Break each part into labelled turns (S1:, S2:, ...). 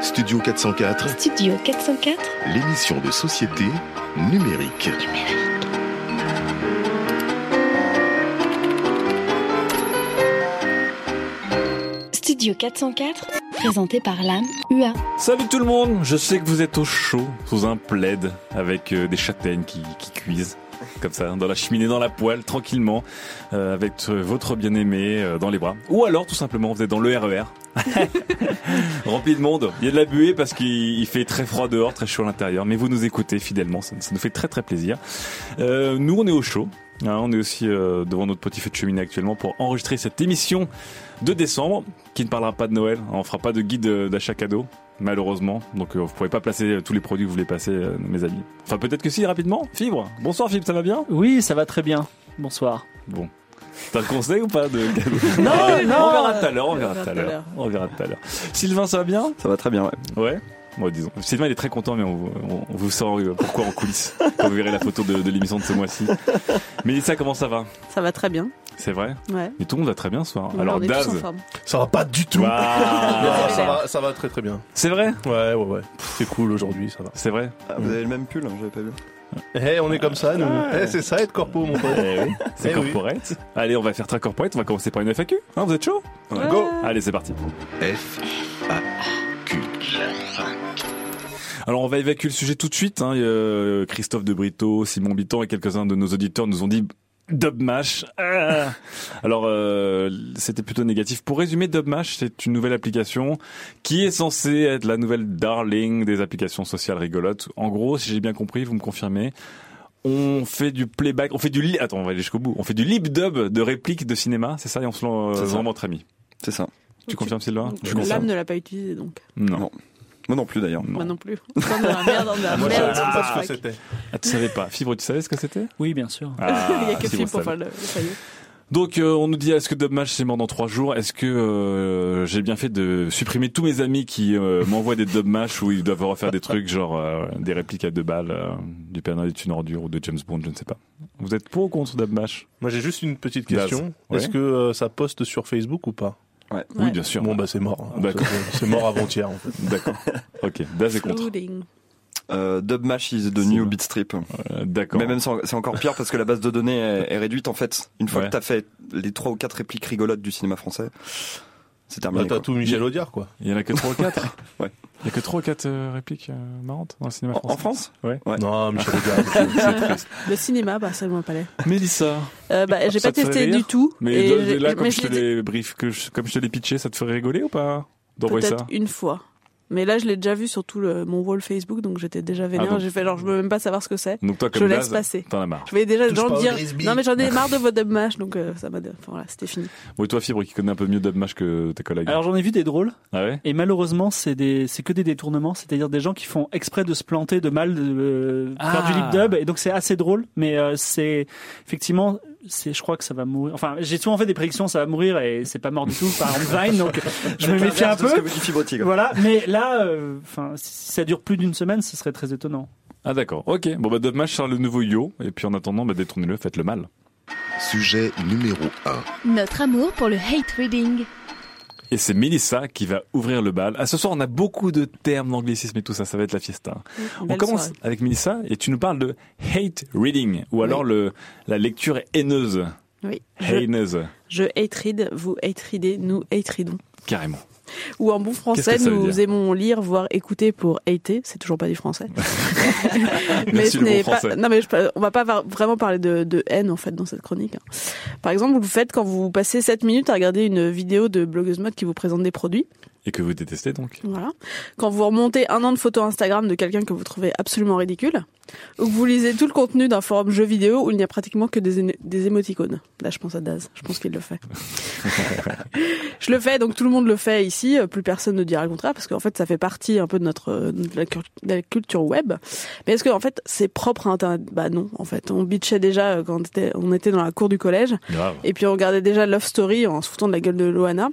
S1: Studio 404,
S2: Studio 404
S1: l'émission de société numérique.
S2: Studio 404 présenté par l'âme UA.
S3: Salut tout le monde, je sais que vous êtes au chaud sous un plaid avec euh, des châtaignes qui, qui cuisent comme ça dans la cheminée, dans la poêle, tranquillement euh, avec euh, votre bien-aimé euh, dans les bras. Ou alors tout simplement vous êtes dans le RER rempli de monde. Il y a de la buée parce qu'il il fait très froid dehors, très chaud à l'intérieur, mais vous nous écoutez fidèlement, ça, ça nous fait très très plaisir. Euh, nous on est au chaud. hein, on est aussi euh, devant notre petit feu de cheminée actuellement pour enregistrer cette émission de décembre qui ne parlera pas de Noël. hein, On fera pas de guide euh, d'achat cadeau, malheureusement. Donc euh, vous pourrez pas placer euh, tous les produits que vous voulez passer, euh, mes amis. Enfin peut-être que si, rapidement. Fibre, bonsoir Fibre, ça va bien
S4: Oui, ça va très bien. Bonsoir.
S3: Bon. T'as un conseil ou pas de cadeau
S4: Non,
S3: Ah,
S4: non,
S3: On verra tout à l'heure, on
S5: on
S3: verra tout à l'heure. On verra tout à l'heure. Sylvain, ça va bien
S6: Ça va très bien, ouais.
S3: Ouais. Bon, disons. Sylvain, il est très content, mais on, vous- on- on vous sort euh, pourquoi en coulisses quand vous verrez la photo de, de l'émission de ce mois-ci. Mélissa, comment ça va
S5: Ça va très bien.
S3: C'est vrai
S5: Ouais.
S3: Mais tout le monde va très bien ce soir. Alors, Ah,
S5: on est tous en
S3: Daz.
S5: forme.
S7: Ça va pas du tout.
S3: Waouh.
S7: Non, ça, va, Ah, ça va très très bien.
S3: C'est vrai
S7: Ouais, ouais, ouais. C'est cool aujourd'hui, ça va.
S3: C'est vrai
S6: Ah, vous avez le même pull, hein, j'avais pas vu.
S7: Eh, on est comme ça, nous. Eh, c'est ça être corpo, mon pote.
S3: Eh oui, c'est
S7: Eh oui.
S3: corporate. Allez, on va faire très corporate. On va commencer par une FAQ. Hein, vous êtes chaud
S6: Go
S3: Allez, c'est parti.
S1: F A Q.
S3: Alors on va évacuer le sujet tout de suite. Hein. Euh, Christophe de Brito, Simon Bitan et quelques-uns de nos auditeurs nous ont dit Dubmash. Ah Alors euh, c'était plutôt négatif. Pour résumer, Dubmash c'est une nouvelle application qui est censée être la nouvelle darling des applications sociales rigolotes. En gros, si j'ai bien compris, vous me confirmez. On fait du playback, on fait du li- attends, on va aller jusqu'au bout. On fait du lip dub de répliques de cinéma, c'est ça et on se lance euh,
S6: C'est ça.
S3: vraiment entre amis.
S6: C'est ça.
S3: Tu confirmes Sylvain
S5: Donc,
S3: Tu
S5: L'âme
S3: confirmes
S5: ne l'a pas utilisé donc.
S3: Non.
S6: Non. Moi non plus d'ailleurs.
S5: Moi non plus. Comme dans la merde, dans la
S7: Moi, je savais
S5: merde.
S7: même pas ce que
S5: dans la fac.
S7: c'était.
S3: Ah, tu savais pas. Fibre, tu savais ce que c'était
S4: Oui, bien sûr.
S5: Il y a que
S3: Fibre
S5: film pour
S3: savait.
S5: faire le. Ah, Ça y est.
S3: Donc euh, on nous dit est-ce que Dubmash c'est mort dans trois jours Est-ce que euh, j'ai bien fait de supprimer tous mes amis qui euh, m'envoient des Dubmash où ils doivent refaire des trucs genre euh, des répliques à deux balles euh, du Père Noël est une ordure ou de James Bond, je ne sais pas. Vous êtes pour ou contre Dubmash
S7: Moi, j'ai juste une petite
S6: Bah,
S3: Daz.
S7: question.
S3: Ouais.
S7: Est-ce que euh, ça poste sur Facebook ou pas
S3: Oui,
S5: Ouais.
S3: bien sûr.
S7: Bon, bah, c'est mort. hein.
S3: D'accord.
S7: C'est c'est mort avant-hier, en fait.
S3: D'accord. Ok. Daz est contre.
S5: Flooding.
S6: Euh, Dubmash is the
S3: C'est
S6: new
S3: bon.
S6: bitstrip.
S3: Euh, D'accord.
S6: Mais même c'est en- c'est encore pire parce que la base de données est, est réduite en fait. Une fois
S3: Ouais.
S6: que t'as fait les trois ou quatre répliques rigolotes du cinéma français, c'est
S7: Bah,
S6: terminé.
S7: t'as
S6: quoi.
S7: tout Michel Audiard, quoi.
S3: Il y en a que trois ou quatre.
S6: Ouais.
S3: Il y a que trois ou quatre euh, répliques euh, marrantes dans le cinéma
S6: En, en
S3: français.
S6: France Ouais.
S7: Non, Michel Audiard.
S5: Le cinéma, bah ça me palais.
S3: Mélissa.
S5: Euh, bah, j'ai
S3: Ça
S5: pas
S3: te fait
S5: testé
S3: rire
S5: du tout.
S3: Mais
S5: et
S3: de- de
S5: j'ai-
S3: là
S5: mais
S3: comme je
S5: je
S3: te
S5: l'ai
S3: les brief que je- comme je te les pitché, ça te ferait rigoler ou pas d'envoyer ça
S5: peut-être une fois. Mais là, je l'ai déjà vu sur tout le, mon wall Facebook, donc j'étais déjà
S3: Ah
S5: vénère.
S3: bon
S5: j'ai fait genre, je veux même pas savoir ce que c'est.
S3: Donc toi
S5: Je
S3: comme Daz,
S5: laisse passer.
S3: t'en as marre.
S5: Je vais déjà
S7: Touche
S5: genre
S7: pas au
S5: dire.
S7: Grisby.
S5: Non, mais j'en ai marre de vos dubmash, donc euh, ça m'a. de- Enfin, voilà, c'était fini.
S3: Oui, toi, Fibre, qui connais un peu mieux Dubmash que tes collègues.
S4: Alors j'en ai vu des drôles
S3: ah ouais
S4: et malheureusement c'est des c'est que des détournements, c'est-à-dire des gens qui font exprès de se planter de mal de euh,
S3: Ah.
S4: faire du lip dub et donc c'est assez drôle mais euh, c'est effectivement c'est je crois que ça va mourir. Enfin, j'ai souvent fait des prédictions ça va mourir et c'est pas mort du tout par exemple, Vine donc je me méfie un
S6: L'inverse de ce que
S4: peu.
S6: vous dites, Fibre Tigre.
S4: Voilà, mais là euh, enfin si ça dure plus d'une semaine, ce serait très étonnant.
S3: Ah d'accord, ok. Bon, bah Dubmash sera le nouveau Yo, et puis en attendant, bah, détournez-le, faites le mal.
S1: Sujet numéro 1.
S2: Notre amour pour le hate reading.
S3: Et c'est Mélissa qui va ouvrir le bal. Ah, ce soir, on a beaucoup de termes d'anglicisme et tout ça, ça va être la fiesta.
S5: Une
S3: on
S5: belle
S3: commence
S5: soirée.
S3: avec Mélissa, et tu nous parles de hate reading, ou alors le, la lecture haineuse.
S5: Oui. Je,
S3: Haineuse,
S5: je hate read, vous hate readez, nous hate readons.
S3: carrément.
S5: Ou en bon français,
S3: que ça veut
S5: nous
S3: dire
S5: aimons lire, voire écouter pour hater. C'est toujours pas du français.
S3: Merci
S5: ce
S3: le bon
S5: n'est pas-
S3: français.
S5: Non, mais je par- on va pas var- vraiment parler de, de haine en fait dans cette chronique. hein. Par exemple, vous le faites quand vous passez 7 minutes à regarder une vidéo de blogueuse mode qui vous présente des produits.
S3: Et que vous détestez donc.
S5: Voilà. Quand vous remontez un an de photos Instagram de quelqu'un que vous trouvez absolument ridicule. Ou que vous lisez tout le contenu d'un forum jeu vidéo où il n'y a pratiquement que des, éne- des émoticônes. Là, je pense à Daz. Je pense qu'il le fait. je le fais, donc tout le monde le fait ici. Euh, Plus personne ne dira le contraire parce qu'en fait, ça fait partie un peu de notre euh, de la, cur- de la culture web. Mais est-ce que en fait, c'est propre à Internet Bah non, en fait. On bitchait déjà euh, quand on était, on était dans la cour du collège.
S3: Grave.
S5: Et puis on regardait déjà Love Story en se foutant de la gueule de Loana.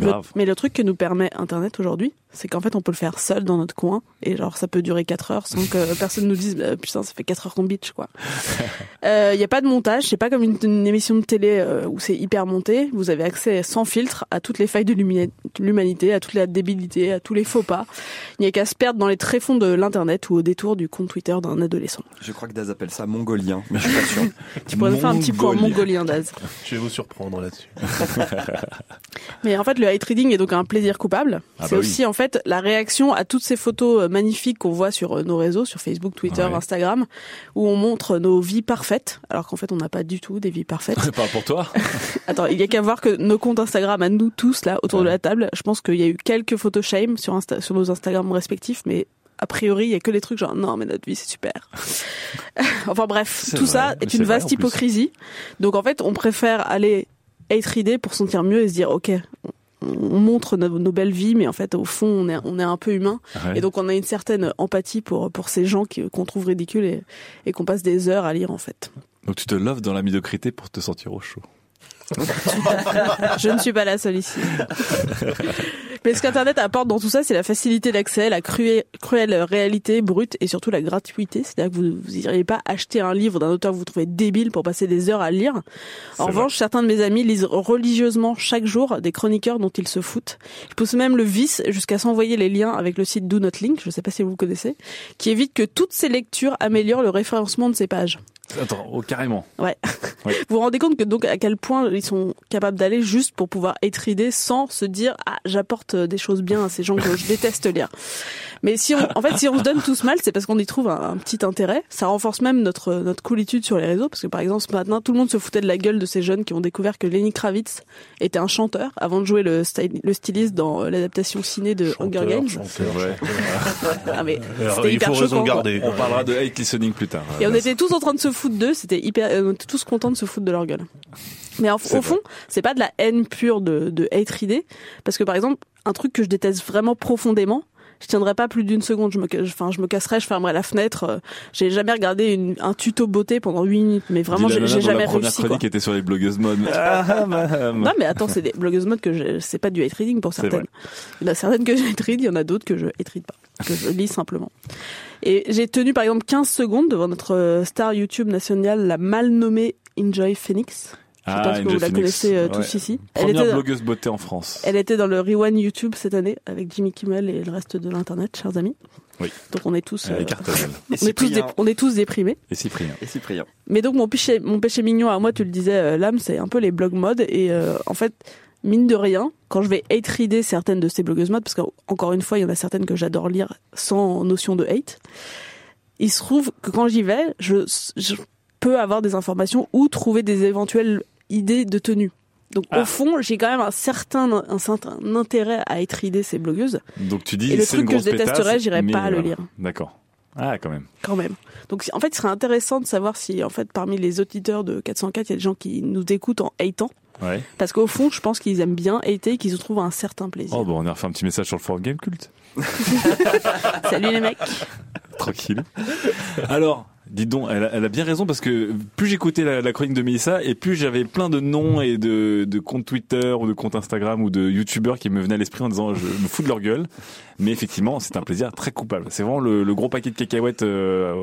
S5: Le-
S3: Grave.
S5: mais le truc que nous permet Internet aujourd'hui, c'est qu'en fait, on peut le faire seul dans notre coin. Et genre, ça peut durer 4 heures sans que personne nous dise, Bah, putain, ça fait 4 heures qu'on bitch, quoi. Il n'y a pas de montage. C'est pas comme une, une émission de télé euh, où c'est hyper monté. Vous avez accès sans filtre à toutes les failles de l'humani- de l'humanité, à toute la débilité, à tous les faux pas. Il n'y a qu'à se perdre dans les tréfonds de l'Internet ou au détour du compte Twitter d'un adolescent.
S6: Je crois que Daz appelle ça mongolien, mais je suis pas sûr.
S5: Tu pourrais nous faire un petit point
S3: Mongolia.
S5: mongolien d'Az.
S7: Je vais vous surprendre là-dessus.
S5: Mais en fait, le hate reading est donc un plaisir coupable.
S3: Ah
S5: c'est
S3: bah oui.
S5: aussi en fait la réaction à toutes ces photos euh, magnifiques qu'on voit sur euh, nos réseaux, sur Facebook, Twitter,
S3: Ouais.
S5: Instagram, où on montre nos vies parfaites, alors qu'en fait, on n'a pas du tout des vies parfaites.
S3: C'est pas pour toi.
S5: Attends, il y a qu'à voir que nos comptes Instagram à nous tous là autour de la table, je pense qu'il y a eu quelques photos shame sur, Insta- sur nos Instagrams respectifs, mais a priori, il y a que les trucs genre non mais notre vie c'est super. enfin bref,
S3: C'est
S5: tout
S3: vrai,
S5: ça
S3: mais
S5: est
S3: c'est
S5: une
S3: vrai, en
S5: vaste
S3: plus.
S5: hypocrisie. Donc en fait, on préfère aller être ridé pour sentir mieux et se dire ok. on- On montre nos, nos belles vies, mais en fait, au fond, on est, on est un peu humain.
S3: Ouais.
S5: Et donc, on a une certaine empathie pour, pour ces gens qui- qu'on trouve ridicules et, et qu'on passe des heures à lire, en fait.
S3: Donc tu te loves dans la médiocrité pour te sentir au chaud.
S5: Je ne suis pas la seule ici. Mais ce qu'Internet apporte dans tout ça, c'est la facilité d'accès, la crue- cruelle réalité brute et surtout la gratuité. C'est-à-dire que vous n'iriez pas acheter un livre d'un auteur que vous trouvez débile pour passer des heures à le lire.
S3: C'est
S5: En
S3: vrai.
S5: revanche, certains de mes amis lisent religieusement chaque jour des chroniqueurs dont ils se foutent. Ils poussent même le vice jusqu'à s'envoyer les liens avec le site Do Not Link, je ne sais pas si vous le connaissez, qui évite que toutes ces lectures améliorent le référencement de ces pages.
S3: Attends, oh, carrément.
S5: Vous vous rendez compte que donc à quel point ils sont capables d'aller juste pour pouvoir étrider sans se dire ah j'apporte euh, des choses bien à ces gens que je déteste lire. Mais si on en fait si on se donne tous mal c'est parce qu'on y trouve un, un petit intérêt. Ça renforce même notre notre coolitude sur les réseaux parce que par exemple ce matin tout le monde se foutait de la gueule de ces jeunes qui ont découvert que Lenny Kravitz était un chanteur avant de jouer le, sty- le styliste dans euh, l'adaptation ciné de Hunger Games.
S7: chanteur,
S3: Ouais.
S5: Ah, mais
S7: Alors,
S5: c'était
S7: il
S5: hyper
S7: faut raison
S5: choquant. quoi.
S7: garder.
S3: On parlera de hate listening plus tard.
S5: Et on
S3: Euh,
S5: était tous en train de se foutre d'eux, c'était hyper, euh, on était tous contents de se foutre de leur gueule. Mais en- au
S3: C'est vrai.
S5: fond, c'est pas de la haine pure de, de hate ridé, parce que par exemple, un truc que je déteste vraiment profondément, je tiendrai pas plus d'une seconde, je me, ca- enfin, je me casserai, je fermerai la fenêtre, euh, j'ai jamais regardé une, un tuto beauté pendant 8 minutes, mais vraiment,
S3: Dis la
S5: j'ai
S3: nana
S5: j'ai
S3: dont
S5: jamais
S3: La première
S5: réussi, quoi.
S3: chronique était sur les blogueuses mode. Ah, madame.
S5: Non, mais attends, c'est des blogueuses mode que je, c'est pas du hate reading pour
S3: C'est
S5: certaines.
S3: vrai.
S5: Il y en a certaines que je hate read, il y en a d'autres que je hate read pas, que je lis simplement. Et j'ai tenu par exemple 15 secondes devant notre euh, star YouTube nationale, la mal nommée Enjoy Phoenix. Je
S3: Ah,
S5: pense que
S3: Angel
S5: vous la
S3: Phoenix.
S5: connaissez euh, tous
S3: Ouais.
S5: ici. Elle
S3: Première
S5: était, dans,
S3: blogueuse beauté en France.
S5: elle était dans le Rewind YouTube cette année avec Jimmy Kimmel et le reste de l'internet, chers amis.
S3: Oui.
S5: Donc on est tous, euh,
S3: Elle est cartonnelle.
S5: on est tous,
S6: hein.
S5: dé- on est tous déprimés.
S3: Et Cyprien.
S6: Et Cyprien.
S5: Mais donc mon péché, mon péché mignon à moi, tu le disais, euh, l'âme, c'est un peu les blogs mode. Et euh, en fait, mine de rien, quand je vais hate reader certaines de ces blogueuses mode, parce qu'encore une fois, il y en a certaines que j'adore lire sans notion de hate, il se trouve que quand j'y vais, je, je peux avoir des informations ou trouver des éventuelles idées de tenue. Donc au fond, j'ai quand même un certain, un certain intérêt à hate reader ces blogueuses,
S3: Donc tu dis
S5: Et le
S3: c'est une
S5: truc que
S3: grosse
S5: je détesterais,
S3: pétasse,
S5: j'irais
S3: mais
S5: pas le
S3: voilà.
S5: lire.
S3: D'accord. Ah quand même.
S5: quand même. Donc si- en fait, il serait intéressant de savoir si en fait parmi les auditeurs de 404, il y a des gens qui nous écoutent en hatant.
S3: Ouais.
S5: Parce qu'au fond, je pense qu'ils aiment bien hater et qu'ils y trouvent un certain plaisir.
S3: Oh bon, on a refait un petit message sur le forum Game Cult.
S5: Salut les mecs.
S3: Tranquille. Alors, dis donc, elle a, elle a bien raison parce que plus j'écoutais la, la chronique de Mélissa et plus j'avais plein de noms et de, de comptes Twitter ou de comptes Instagram ou de YouTubeurs qui me venaient à l'esprit en disant je me fous de leur gueule. Mais effectivement, c'est un plaisir très coupable. C'est vraiment le, le gros paquet de cacahuètes euh,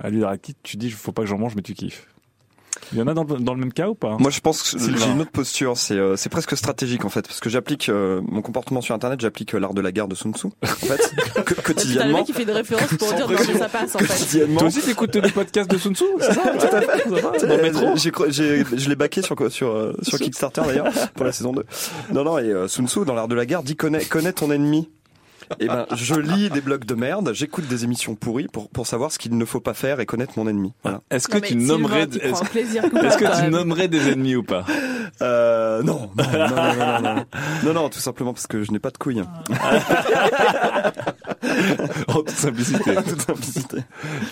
S3: à l'huile arachide. Tu dis, faut pas que j'en mange, mais tu kiffes. Il y en a dans, le- dans le même cas ou pas
S6: Moi, je pense que
S3: Sylvain.
S6: j'ai une autre posture. C'est euh, c'est presque stratégique en fait, parce que j'applique euh, mon comportement sur Internet, j'applique euh, l'art de la guerre de Sun Tzu en fait, que-
S5: Putain, le
S6: quotidiennement.
S5: mec qui fait des références pour
S6: Sans
S5: dire non,
S6: pression.
S5: mais ça passe en fait.
S6: Quotidiennement.
S3: Toi aussi, t'écoutes le podcast de Sun Tzu C'est ça Tout à fait. Dans le métro
S6: J'ai cro- j'ai- je l'ai baqué sur, quoi- sur, euh, sur Kickstarter d'ailleurs pour la saison 2. Non, non, et euh, Sun Tzu dans l'art de la guerre dit connais, connais ton ennemi. Et ben, je lis des blogs de merde, j'écoute des émissions pourries pour, pour savoir ce qu'il ne faut pas faire et connaître mon ennemi. Voilà.
S3: Est-ce que
S5: Non, mais
S3: tu
S5: Sylvain,
S3: nommerais
S5: tu prends
S3: est-ce-
S5: un plaisir
S3: est-ce
S5: coupable,
S3: que tu
S5: quand même.
S3: nommerais des ennemis ou pas
S6: Euh, non, non, non, non, non, non, non. non, non, tout simplement parce que je n'ai pas de couilles.
S4: Ah,
S3: En Oh, toute simplicité.
S6: Toute simplicité.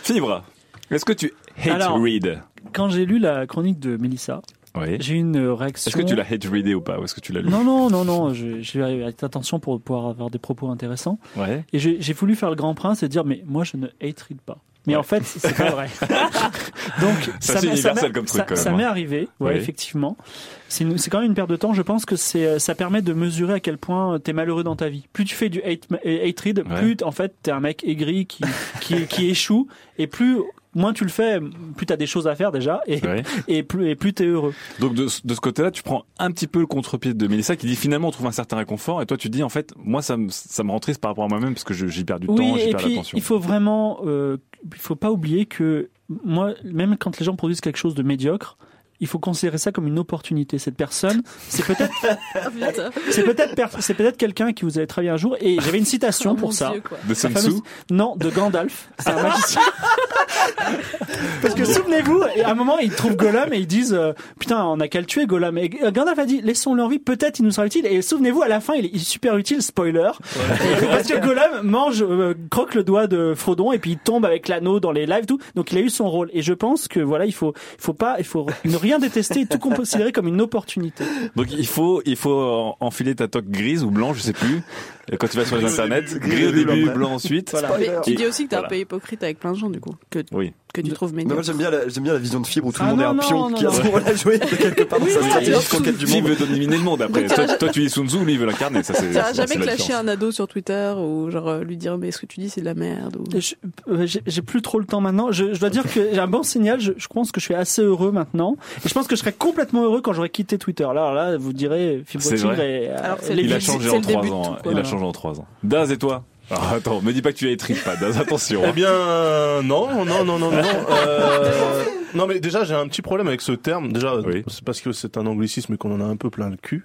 S3: Fibre, est-ce que tu hate
S4: Alors-
S3: read
S4: Quand j'ai lu la chronique de Mélissa,
S3: Oui.
S4: j'ai eu une euh, réaction.
S3: Est-ce que tu l'as hate readé ou pas Ou est-ce que tu l'as lu
S4: Non, non, non, non, je- j'ai eu avec attention pour pouvoir avoir des propos intéressants.
S3: Ouais.
S4: Et j'ai j'ai voulu faire le grand prince et dire, mais moi je ne hate read pas. Mais en fait, c'est pas vrai. Donc,
S3: Ça,
S4: ça
S3: c'est
S4: m'est- ça
S3: universel
S4: m'est-
S3: comme truc,
S4: ça-
S3: quand même,
S4: ça
S3: hein.
S4: m'est arrivé, ouais,
S3: Oui.
S4: effectivement. C'est une- c'est quand même une perte de temps. Je pense que c'est, euh, ça permet de mesurer à quel point euh, t'es malheureux dans ta vie. Plus tu fais du hate, ma- euh, hate read,
S3: Ouais.
S4: plus t- en fait t'es un mec aigri qui, qui, qui échoue. Et plus, moins tu le fais, plus t'as des choses à faire déjà. Et,
S3: Ouais.
S4: et plus, et plus t'es heureux.
S3: Donc de, ce- de ce côté-là, tu prends un petit peu le contre-pied de Mélissa qui dit finalement on trouve un certain réconfort et toi tu dis en fait moi ça me, ça me rend triste par rapport à moi-même parce que je- j'y perds du temps, j'y
S4: et
S3: perds
S4: puis
S3: l'attention.
S4: il faut vraiment, euh, il faut pas oublier que moi, même quand les gens produisent quelque chose de médiocre, il faut considérer ça comme une opportunité. Cette personne, c'est peut-être,
S5: Ah, putain.
S4: c'est peut-être, per- c'est peut-être quelqu'un qui vous avez travaillé un jour. Et j'avais une citation
S5: Oh,
S4: pour
S5: mon
S4: ça.
S5: Dieu, quoi.
S3: De Sun
S4: La
S3: Tzu
S4: fameuse- Non, de Gandalf. C'est un magicien. Parce que souvenez-vous, et à un moment, ils trouvent Gollum et ils disent euh, Putain, on a qu'à le tuer, Gollum. Et euh, Gandalf a dit Laissons-le en vie, peut-être il nous sera utile. Et souvenez-vous, à la fin, il est il est super utile, spoiler. Et Parce que Gollum mange, euh, croque le doigt de Frodon et puis il tombe avec l'anneau dans les lives, tout. Donc il a eu son rôle. Et je pense que voilà, il faut, il faut pas, il faut ne rien détester et tout considérer comme une opportunité.
S3: Donc il faut il faut en- enfiler ta toque grise ou blanc, je sais plus. Et Quand tu vas sur les
S6: Gris au
S3: internets,
S6: début,
S3: gris au
S6: gris au
S3: début,
S6: début,
S3: blanc ensuite.
S4: Voilà.
S5: Mais tu dis aussi que t'es
S3: Voilà.
S5: un peu hypocrite avec plein de gens du coup, que,
S3: Oui.
S5: que tu trouves
S6: Mais
S5: médiocre.
S6: moi j'aime bien, la, j'aime bien la vision de fibre où tout le
S4: Ah
S6: monde
S4: non,
S6: est un
S4: non,
S6: pion
S4: non,
S6: qui à ce
S4: non.
S6: moment-là jouait quelque part dans sa stratégie de conquête du
S3: Qui
S6: monde.
S3: veut dominer le monde après
S5: Donc,
S3: toi,
S5: t'as-
S3: toi, tu dis Sun Tzu, lui il veut l'incarner. Ça c'est.
S5: Tu vas
S3: ça,
S5: jamais hein.
S3: c'est la
S5: clasher
S3: différence.
S5: un ado sur Twitter ou genre euh, lui dire mais ce que tu dis c'est de la merde ou
S4: Je- euh, J'ai j'ai plus trop le temps maintenant. Je, je dois dire que j'ai un bon signal. Je, je pense que je suis assez heureux maintenant. Et je pense que je serais complètement heureux quand j'aurais quitté Twitter. Là, alors là, vous direz, Fibre
S3: C'est
S4: Tigre
S3: vrai.
S4: et, euh,
S5: Alors que c'est
S4: les
S3: Il a
S4: Big-
S3: changé
S5: c'est
S3: en
S5: le début
S3: trois
S5: de tout,
S3: ans.
S5: quoi.
S3: Il a changé en trois ans. Daz et toi
S7: Ah,
S3: Alors, Attends, me dis pas que tu es triste pas. Daz, attention.
S7: Eh bien, non, non, non, non, non. euh, non, mais déjà, j'ai un petit problème avec ce terme. Déjà,
S3: Oui.
S7: c'est parce que c'est un anglicisme et qu'on en a un peu plein le cul.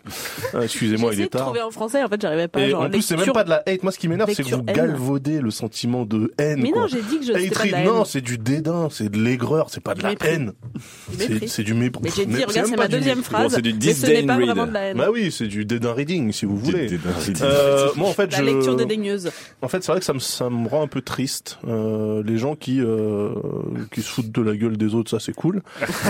S7: Euh, Excusez-moi, il
S5: J'essayais
S7: est
S5: de
S7: tard.
S5: trouver en français en fait j'arrivais pas.
S7: Et
S5: genre,
S7: en plus, c'est même
S5: lecture-
S7: pas de la hate. Moi, ce qui m'énerve, c'est que vous
S5: lecture haine.
S7: galvaudez le sentiment de haine.
S5: Mais
S7: quoi.
S5: non j'ai dit que je
S7: Hate
S5: c'était pas de
S7: read,
S5: la haine.
S7: non, c'est du dédain, c'est de l'aigreur, c'est pas de la
S5: Mépris.
S7: haine. C'est
S5: Mépris.
S7: c'est du mépris.
S5: Mais j'ai dit
S7: Mais
S5: regarde
S7: même
S5: c'est
S7: pas
S5: ma
S7: du
S5: deuxième
S7: mépris.
S3: Bon,
S5: phrase.
S3: c'est du
S5: mais ce n'est
S3: disdain
S5: pas
S3: read.
S5: vraiment de la haine.
S7: Bah oui, c'est du dédain reading, si vous voulez. Euh, moi, en fait,
S5: La
S7: je-
S5: lecture dédaigneuse.
S7: En fait, c'est vrai que ça me, ça me rend un peu triste. euh, les gens qui, euh, qui se foutent de la gueule des autres, ça c'est cool.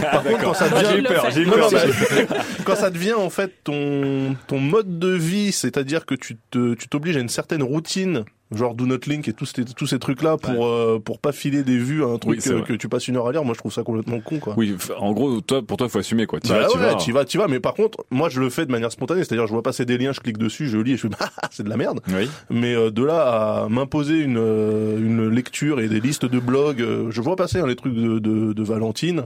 S3: Par contre,
S7: quand ça devient-
S3: j'ai eu peur, j'ai eu
S7: Non, non,
S3: peur.
S7: mais- quand ça devient en fait ton, ton mode de vie, c'est-à-dire que tu te- tu t'obliges à une certaine routine, genre Do Not Link et tous ces, tous ces trucs-là pour, euh, pour pas filer des vues à un truc
S3: Oui, c'est
S7: euh,
S3: vrai.
S7: que tu passes une heure à lire, moi je trouve ça complètement con quoi.
S3: Oui, f- en gros, toi, pour toi, il faut assumer quoi. Tu
S7: Bah
S3: vas, tu
S7: ouais,
S3: vas.
S7: tu vas, tu vas, mais par contre, moi je le fais de manière spontanée, c'est-à-dire je vois passer des liens, je clique dessus, je lis et je fais bah c'est de la merde.
S3: Oui.
S7: Mais euh, de là à m'imposer une, euh, une lecture et des listes de blogs, euh, je vois passer hein, les trucs de, de, de Valentine,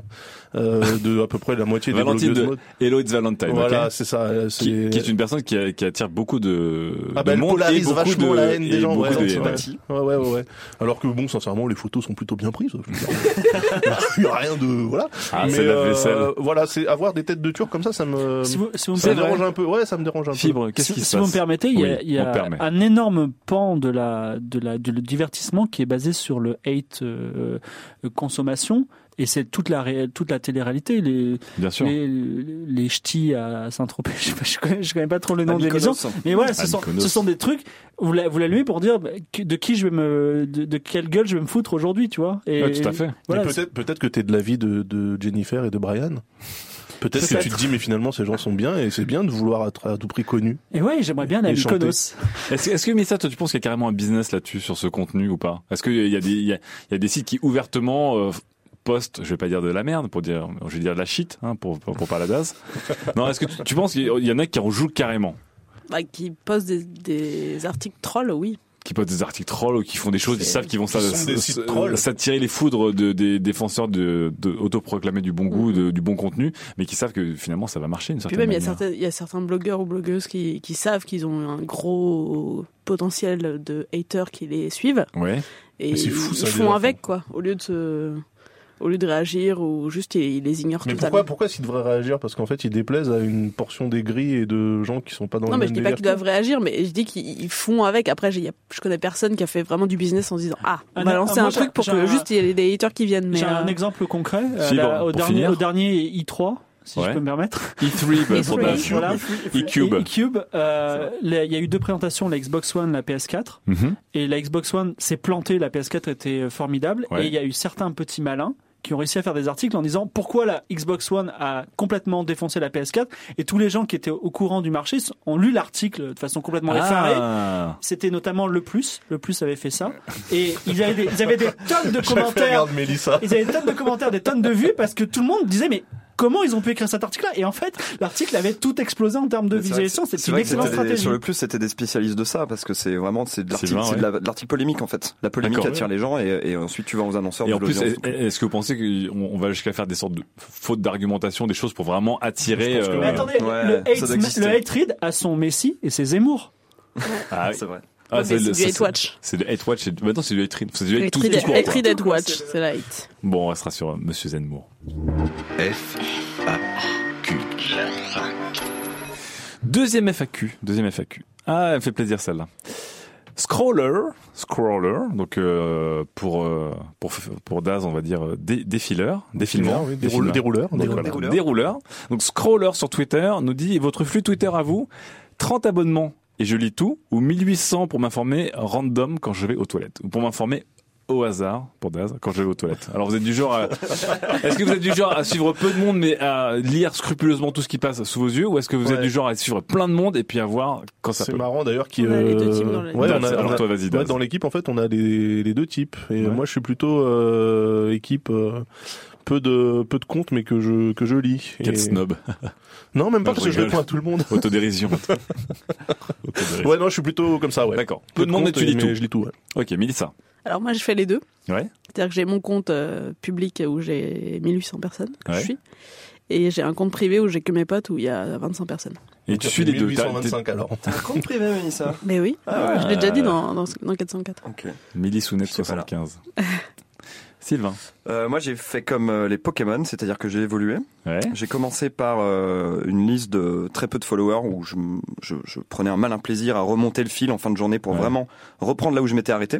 S7: euh, de à peu près la moitié des
S3: Valentine
S7: blogueuses
S3: de-
S7: mode.
S3: Hello, it's Valentine.
S7: Voilà,
S3: ok
S7: c'est ça. euh, c'est-
S3: Qui, qui est une personne qui, a- qui attire beaucoup de,
S7: Ah bah,
S3: de
S7: elle
S3: monde et
S7: polarise
S3: beaucoup
S7: vachement
S3: de,
S7: la haine des
S3: et
S7: gens.
S3: beaucoup
S7: Ouais,
S3: de-
S7: ouais,
S3: ouais.
S7: ouais, ouais, ouais, ouais. Alors que bon, sincèrement, les photos sont plutôt bien prises. Il y a rien de voilà.
S3: Ah,
S7: Mais,
S3: c'est la
S7: euh,
S3: vaisselle.
S7: voilà, c'est avoir des têtes de turc comme ça, ça
S3: Euh,
S7: me
S4: Si vous, si vous me
S7: ça me
S4: permettez-
S7: dérange un peu. Ouais, ça me dérange un peu.
S3: Fibre, euh, qu'est-ce
S4: si-
S3: qui se
S4: si vous
S3: passe
S4: me permettez, il y
S3: Oui,
S4: a, il y a
S3: on permet.
S4: un énorme pan de la, de la, du divertissement qui est basé sur le hate euh, euh, consommation. Et c'est toute la, ré- toute la télé-réalité. Les,
S3: Bien sûr.
S4: les, les ch'tis à Saint-Tropez, je, sais pas, je, connais, je connais pas trop le nom des
S6: Mykonos.
S4: maisons. Mais voilà, ce
S3: Ah,
S4: sont,
S3: Mykonos.
S4: ce sont des trucs. Vous la- vous l'allumez pour dire bah, que- de qui je vais me, de, de quelle gueule je vais me foutre aujourd'hui, tu vois. Et,
S3: Ouais, Ah, tout à fait.
S4: voilà,
S7: Et peut-être peut-être que t'es de l'avis de, de Jennifer et de Brian. Peut-être que
S4: Peut-être.
S7: tu te dis mais finalement ces gens sont bien et c'est bien de vouloir être à tout prix connu.
S4: Et ouais, j'aimerais bien la
S7: Et chanter.
S4: Mykonos.
S3: Est-ce que- est-ce que Mélissa, toi, tu penses qu'il y a carrément un business là-dessus sur ce contenu ou pas Est-ce qu'il y a des il y a, il y a des sites qui ouvertement euh, postent, je vais pas dire de la merde pour dire, je vais dire de la shit hein, pour pour, pour parler d'Az. non, est-ce que tu, tu penses qu'il y en a qui en jouent carrément
S5: Bah, qui poste des, des articles trolls, oui.
S3: qui postent des articles trolls ou qui font des choses, ils savent qu'ils vont s'a-
S7: sont des
S3: s-
S7: sites
S3: s-
S7: trolls.
S3: s'attirer les foudres de, des défenseurs de, de autoproclamés du bon goût,
S7: Mhm.
S3: de- du bon contenu, mais qui savent que finalement ça va marcher une
S5: Puis
S3: certaine
S5: même, il y, a
S3: manière.
S5: certains, il y a certains blogueurs ou blogueuses qui, qui savent qu'ils ont un gros potentiel de haters qui les suivent.
S3: Ouais.
S5: Et
S7: Mais c'est fou, ça,
S5: ils
S7: déjà,
S5: font avec, quoi. Au lieu de se- Au lieu de réagir ou juste ils ils les ignorent
S7: Mais
S5: totalement.
S7: pourquoi, pourquoi est-ce qu'ils devraient réagir Parce qu'en fait, ils déplaisent à une portion des gris et de gens qui sont pas dans
S5: non
S7: le
S5: mais
S7: même
S5: je dis pas
S7: délire
S5: qu'ils doivent réagir, mais je dis qu'ils ils font avec. Après, j'ai- y a- je connais personne qui a fait vraiment du business en se disant ah on
S4: Ah,
S5: va
S4: non, ah,
S5: lancer
S4: moi,
S5: un truc pour
S4: j'ai
S5: que
S4: un-
S5: juste il y ait des haters qui viennent. Mais
S4: J'ai un
S5: euh,
S4: exemple concret euh,
S3: Si,
S4: là,
S3: Laurent,
S4: au,
S3: pour
S4: dernier,
S3: finir.
S4: au dernier i3, si
S3: Ouais.
S4: je peux me permettre.
S3: E3, bah, pour la-
S7: E3.
S4: Voilà.
S3: E-Cube.
S4: Et E-Cube, euh, les- il y a eu deux présentations, la Xbox One, la PS4.
S3: Mhm.
S4: Et la Xbox One s'est plantée, la PS4 était euh, formidable.
S3: Ouais.
S4: Et il y a eu certains petits malins qui ont réussi à faire des articles en disant pourquoi la Xbox One a complètement défoncé la PS4. Et tous les gens qui étaient au courant du marché ont lu l'article de façon complètement
S6: Ah.
S4: effarée.
S3: Ah.
S4: C'était notamment Le Plus. Le Plus avait fait ça. Et ils avaient des, ils avaient des tonnes de
S7: Chaque fois,
S4: commentaires
S7: regarde Mélissa.
S4: ils avaient des tonnes de commentaires, des tonnes de vues parce que tout le monde disait mais comment ils ont pu écrire cet article-là Et en fait, l'article avait tout explosé en termes de
S6: Mais c'est vrai
S4: visualisation.
S6: que-
S4: C'est
S6: c'est
S4: une
S6: vrai que
S4: excellente
S6: c'était des-
S4: stratégie.
S6: Sur le plus, c'était des spécialistes de ça parce que c'est vraiment c'est de l'article
S3: Sylvain,
S6: c'est de la- de l'article polémique en fait. La polémique
S3: D'accord.
S6: attire les gens et, et ensuite tu vas aux annonceurs
S3: Et
S6: de
S3: en plus,
S6: l'audience.
S3: est- est-ce que vous pensez qu'on on va jusqu'à faire des sortes de fautes d'argumentation, des choses pour vraiment attirer
S6: Je pense que
S3: euh,
S4: Mais attendez,
S6: Ouais,
S4: le,
S6: ça
S4: hate,
S6: doit exister.
S4: le hate read a son Messi et ses Zemmour.
S3: ah,
S6: C'est vrai.
S3: ah,
S5: mais c'est
S3: le-
S5: du
S3: ça,
S5: hate watch.
S3: C'est du hate watch. c'est du- Maintenant, c'est du hate read. C'est du hate tout, tout court.
S5: Hate
S3: quoi.
S5: read, hate watch, c'est la hate.
S3: Bon, on restera sur euh, Monsieur Zenmour.
S1: F, A, Q.
S3: Deuxième FAQ. Deuxième FAQ. Ah, elle me fait plaisir celle-là. Scroller, scroller, donc euh, pour, euh, pour pour Daz, on va dire euh, dé- défileur, défilement,
S7: oui, des, roule-
S3: défileur.
S7: des rouleurs.
S3: Donc, voilà, Dérouleur. Donc scroller sur Twitter nous dit votre flux Twitter à vous 30 abonnements et je lis tout ou 1800 pour m'informer random quand je vais aux toilettes ou pour m'informer au hasard pour Daz quand je vais aux toilettes. Alors vous êtes du genre à... est-ce que vous êtes du genre à suivre peu de monde mais à lire scrupuleusement tout ce qui passe sous vos yeux ou est-ce que vous êtes
S7: Ouais.
S3: du genre à suivre plein de monde et puis à voir quand ça
S7: C'est
S3: peut.
S7: marrant d'ailleurs qui. euh,
S5: On a les deux teams dans la-
S7: ouais,
S3: Daz,
S7: on a- on
S3: alors
S7: a-
S3: toi vas-y
S7: Ouais,
S3: Daz.
S7: dans l'équipe, en fait, on a les, les deux types. Et
S3: Ouais.
S7: moi, je suis plutôt euh, équipe euh, peu de peu de comptes, mais que je que je lis. Et-
S3: Quel snob,
S7: Non, même pas
S3: Non,
S7: parce
S3: je
S7: que je
S3: rigole.
S7: réponds à tout le monde.
S3: autodérision. Autodérision.
S7: Ouais, non, je suis plutôt comme ça. Ouais.
S3: D'accord. Peu de monde mais
S7: comptes,
S3: tu lis tout.
S7: Je lis tout. ouais.
S3: Ok, Mélissa.
S5: Alors moi, je fais les deux.
S3: Ouais.
S5: C'est-à-dire que j'ai mon compte euh, public où j'ai 1800 personnes que
S3: Ouais.
S5: je suis. Et j'ai un compte privé où j'ai que mes potes où il y a 25 personnes.
S3: Et tu suis les deux. T'as- t'es-
S7: 1825 alors.
S6: Compte privé, Mélissa.
S5: Mais oui,
S6: Ah
S5: je l'ai déjà dit dans, dans, dans 404.
S6: Ok.
S3: Millie Sounette
S6: J'étais pas là.
S3: 75. Sylvain.
S6: Euh, moi, j'ai fait comme euh, les Pokémon, c'est-à-dire que j'ai évolué.
S3: Ouais.
S6: J'ai commencé par euh, une liste de très peu de followers où je, m- je- je prenais un malin plaisir à remonter le fil en fin de journée pour
S3: Ouais.
S6: vraiment reprendre là où je m'étais arrêté.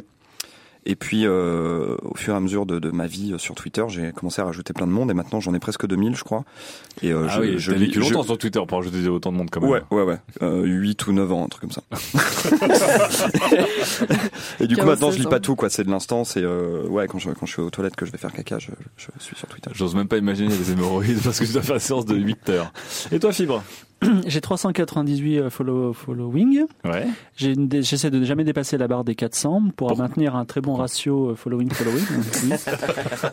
S6: Et puis, euh, au fur et à mesure de, de ma vie euh, sur Twitter, j'ai commencé à rajouter plein de monde et maintenant j'en ai presque 2000, je crois. Et euh,
S3: Ah
S6: je,
S3: oui,
S6: je
S3: je l'ai
S6: lis-
S3: vécu
S6: je-
S3: longtemps sur Twitter pour ajouter autant de monde quand même.
S6: Ouais, ouais, ouais. Euh, 8 ou 9 ans, un truc comme ça. et du coup,
S5: 15,
S6: maintenant, je lis
S5: 16 ans.
S6: pas tout, quoi. C'est de l'instant, c'est, euh, ouais, quand je, quand je suis aux toilettes que je vais faire caca, je, je suis sur Twitter.
S3: J'ose même pas imaginer les hémorroïdes parce que tu dois faire une séance de 8 heures. Et toi, Fibre
S4: Hum, J'ai 398 euh, follow, following.
S3: Ouais.
S4: J'ai une dé- J'essaie de ne jamais dépasser la barre des 400 pour
S3: Pourquoi
S4: maintenir un très bon ratio euh, following-following. Oui.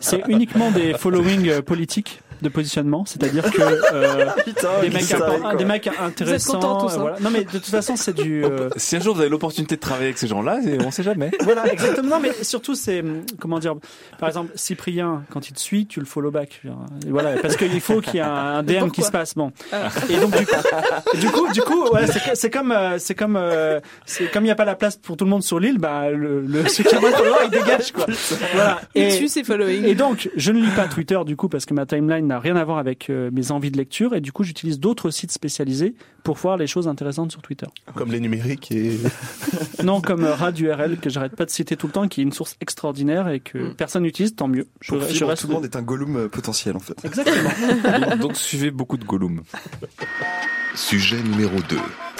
S4: C'est uniquement des following euh, politiques de positionnement, c'est-à-dire que euh,
S6: Putain,
S4: des, mecs impo- des mecs intéressants.
S5: contents tous,
S4: euh,
S5: hein.
S4: voilà. Non mais de toute façon c'est du. euh,
S3: Si un jour vous avez l'opportunité de travailler avec ces gens-là, c'est- on sait jamais.
S4: voilà, exactement. Non, mais surtout, c'est, hum, comment dire, par exemple, Cyprien, quand il te suit, tu le follow back. Genre, et Voilà, parce qu'il faut qu'il y ait un DM qui
S5: pourquoi Ah.
S4: se passe. Bon. Et donc, du coup, du coup, du coup ouais, c'est, c'est comme, euh, c'est comme, euh, c'est comme il n'y a pas la place pour tout le monde sur l'île, bah, le, le, celui qui a moins de followers, il dégage, quoi. Voilà.
S5: Et
S4: Et-
S5: tu c'est following.
S4: et donc, je ne lis pas Twitter du coup parce que ma timeline n'a rien à voir avec euh, mes envies de lecture et du coup, j'utilise d'autres sites spécialisés pour voir les choses intéressantes sur Twitter.
S7: Comme les numériques et.
S4: Non, comme euh, Rad URL que j'arrête pas de citer tout le temps, qui est une source extraordinaire et que
S5: Mm.
S4: personne n'utilise, tant mieux. Je,
S6: Pour
S4: je
S6: Fibre,
S4: reste
S6: tout le monde est un Gollum euh, potentiel, en fait.
S4: Exactement.
S3: Donc, donc, suivez beaucoup de Gollum.
S1: Sujet numéro 2.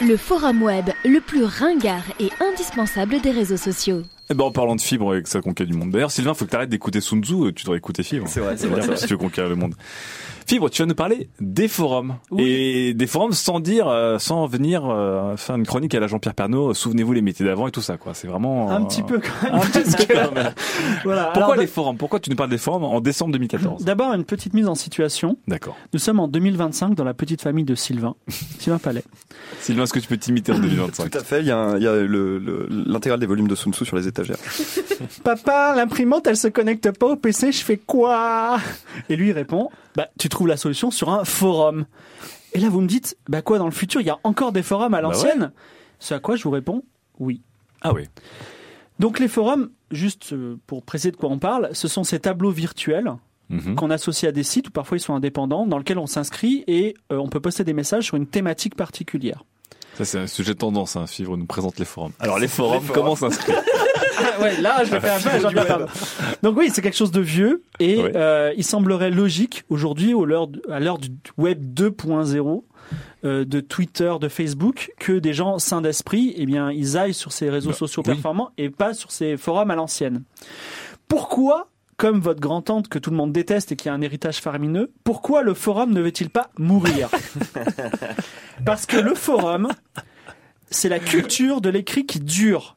S8: Le forum web le plus ringard et indispensable des réseaux sociaux.
S3: Et ben, en parlant de Fibre avec sa conquête du monde. D'ailleurs, Sylvain, faut que t'arrêtes d'écouter Sun Tzu, euh, tu devrais écouter Fibre.
S6: C'est vrai, c'est vrai.
S3: Bien, si tu veux conquérir le monde. Fibre, tu vas nous parler des forums.
S4: Oui.
S3: Et des forums sans dire, euh, sans venir euh, faire une chronique à la Jean-Pierre Pernaud, euh, souvenez-vous les métiers d'avant et tout ça, quoi. C'est vraiment...
S4: Un
S3: euh,
S4: petit peu quand même.
S3: Un petit
S4: parce
S3: peu
S4: que-
S3: quand même.
S4: voilà.
S3: Pourquoi
S4: Alors,
S3: les forums Pourquoi tu nous parles des forums en décembre 2014
S4: D'abord, une petite mise en situation.
S3: D'accord.
S4: Nous sommes en 2025 dans la petite famille de Sylvain, Sylvain Palais.
S3: Sylvain est-ce que tu peux t'imiter en 2025
S6: Tout à fait, il y a, un- il y a le- le- l'intégrale des volumes de Sun Tzu sur les étagères.
S4: Papa, l'imprimante, elle se connecte pas au PC, je fais quoi Et lui, il répond, bah, tu trouves la solution sur un forum. Et là, vous me dites, bah quoi, dans le futur, il y a encore des forums à
S3: Bah ouais.
S4: l'ancienne Ce à quoi je vous réponds, oui.
S3: Ah oui.
S4: Donc les forums, juste euh, pour préciser de quoi on parle, ce sont ces tableaux virtuels
S3: Mhm.
S4: qu'on associe à des sites ou parfois ils sont indépendants, dans lesquels on s'inscrit et euh, on peut poster des messages sur une thématique particulière.
S3: Ça, c'est un sujet de tendance, hein. Fibre nous présente les forums. Alors, les forums, comment s'inscrire
S4: ouais, là, je vais faire un peu, j'en ai pas. Donc oui, c'est quelque chose de vieux et
S3: Oui.
S4: euh, il semblerait logique aujourd'hui, au l'heure de- à l'heure du web 2.0, euh, de Twitter, de Facebook, que des gens sains d'esprit, eh bien, ils aillent sur ces réseaux
S3: Bah,
S4: sociaux
S3: oui.
S4: performants et pas sur ces forums à l'ancienne. Pourquoi, comme votre grand-tante que tout le monde déteste et qui a un héritage faramineux, pourquoi le forum ne veut-il pas mourir Parce que le forum, c'est la culture de l'écrit qui dure.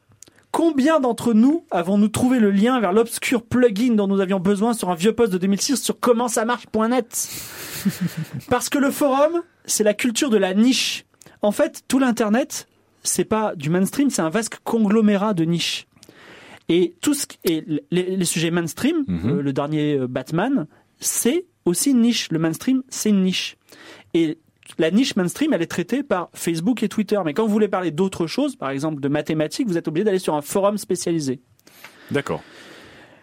S4: Combien d'entre nous avons-nous trouvé le lien vers l'obscur plugin dont nous avions besoin sur un vieux post de 2006 sur comment ça marche.net Parce que le forum, c'est la culture de la niche. En fait, tout l'internet, c'est pas du mainstream, c'est un vaste conglomérat de niches. Et tout ce qui- et les, les sujets mainstream,
S3: Mhm.
S4: euh, le dernier euh, Batman, c'est aussi une niche. Le mainstream, c'est une niche. Et la niche mainstream, elle est traitée par Facebook et Twitter. Mais quand vous voulez parler d'autres choses, par exemple de mathématiques, vous êtes obligé d'aller sur un forum spécialisé.
S3: D'accord.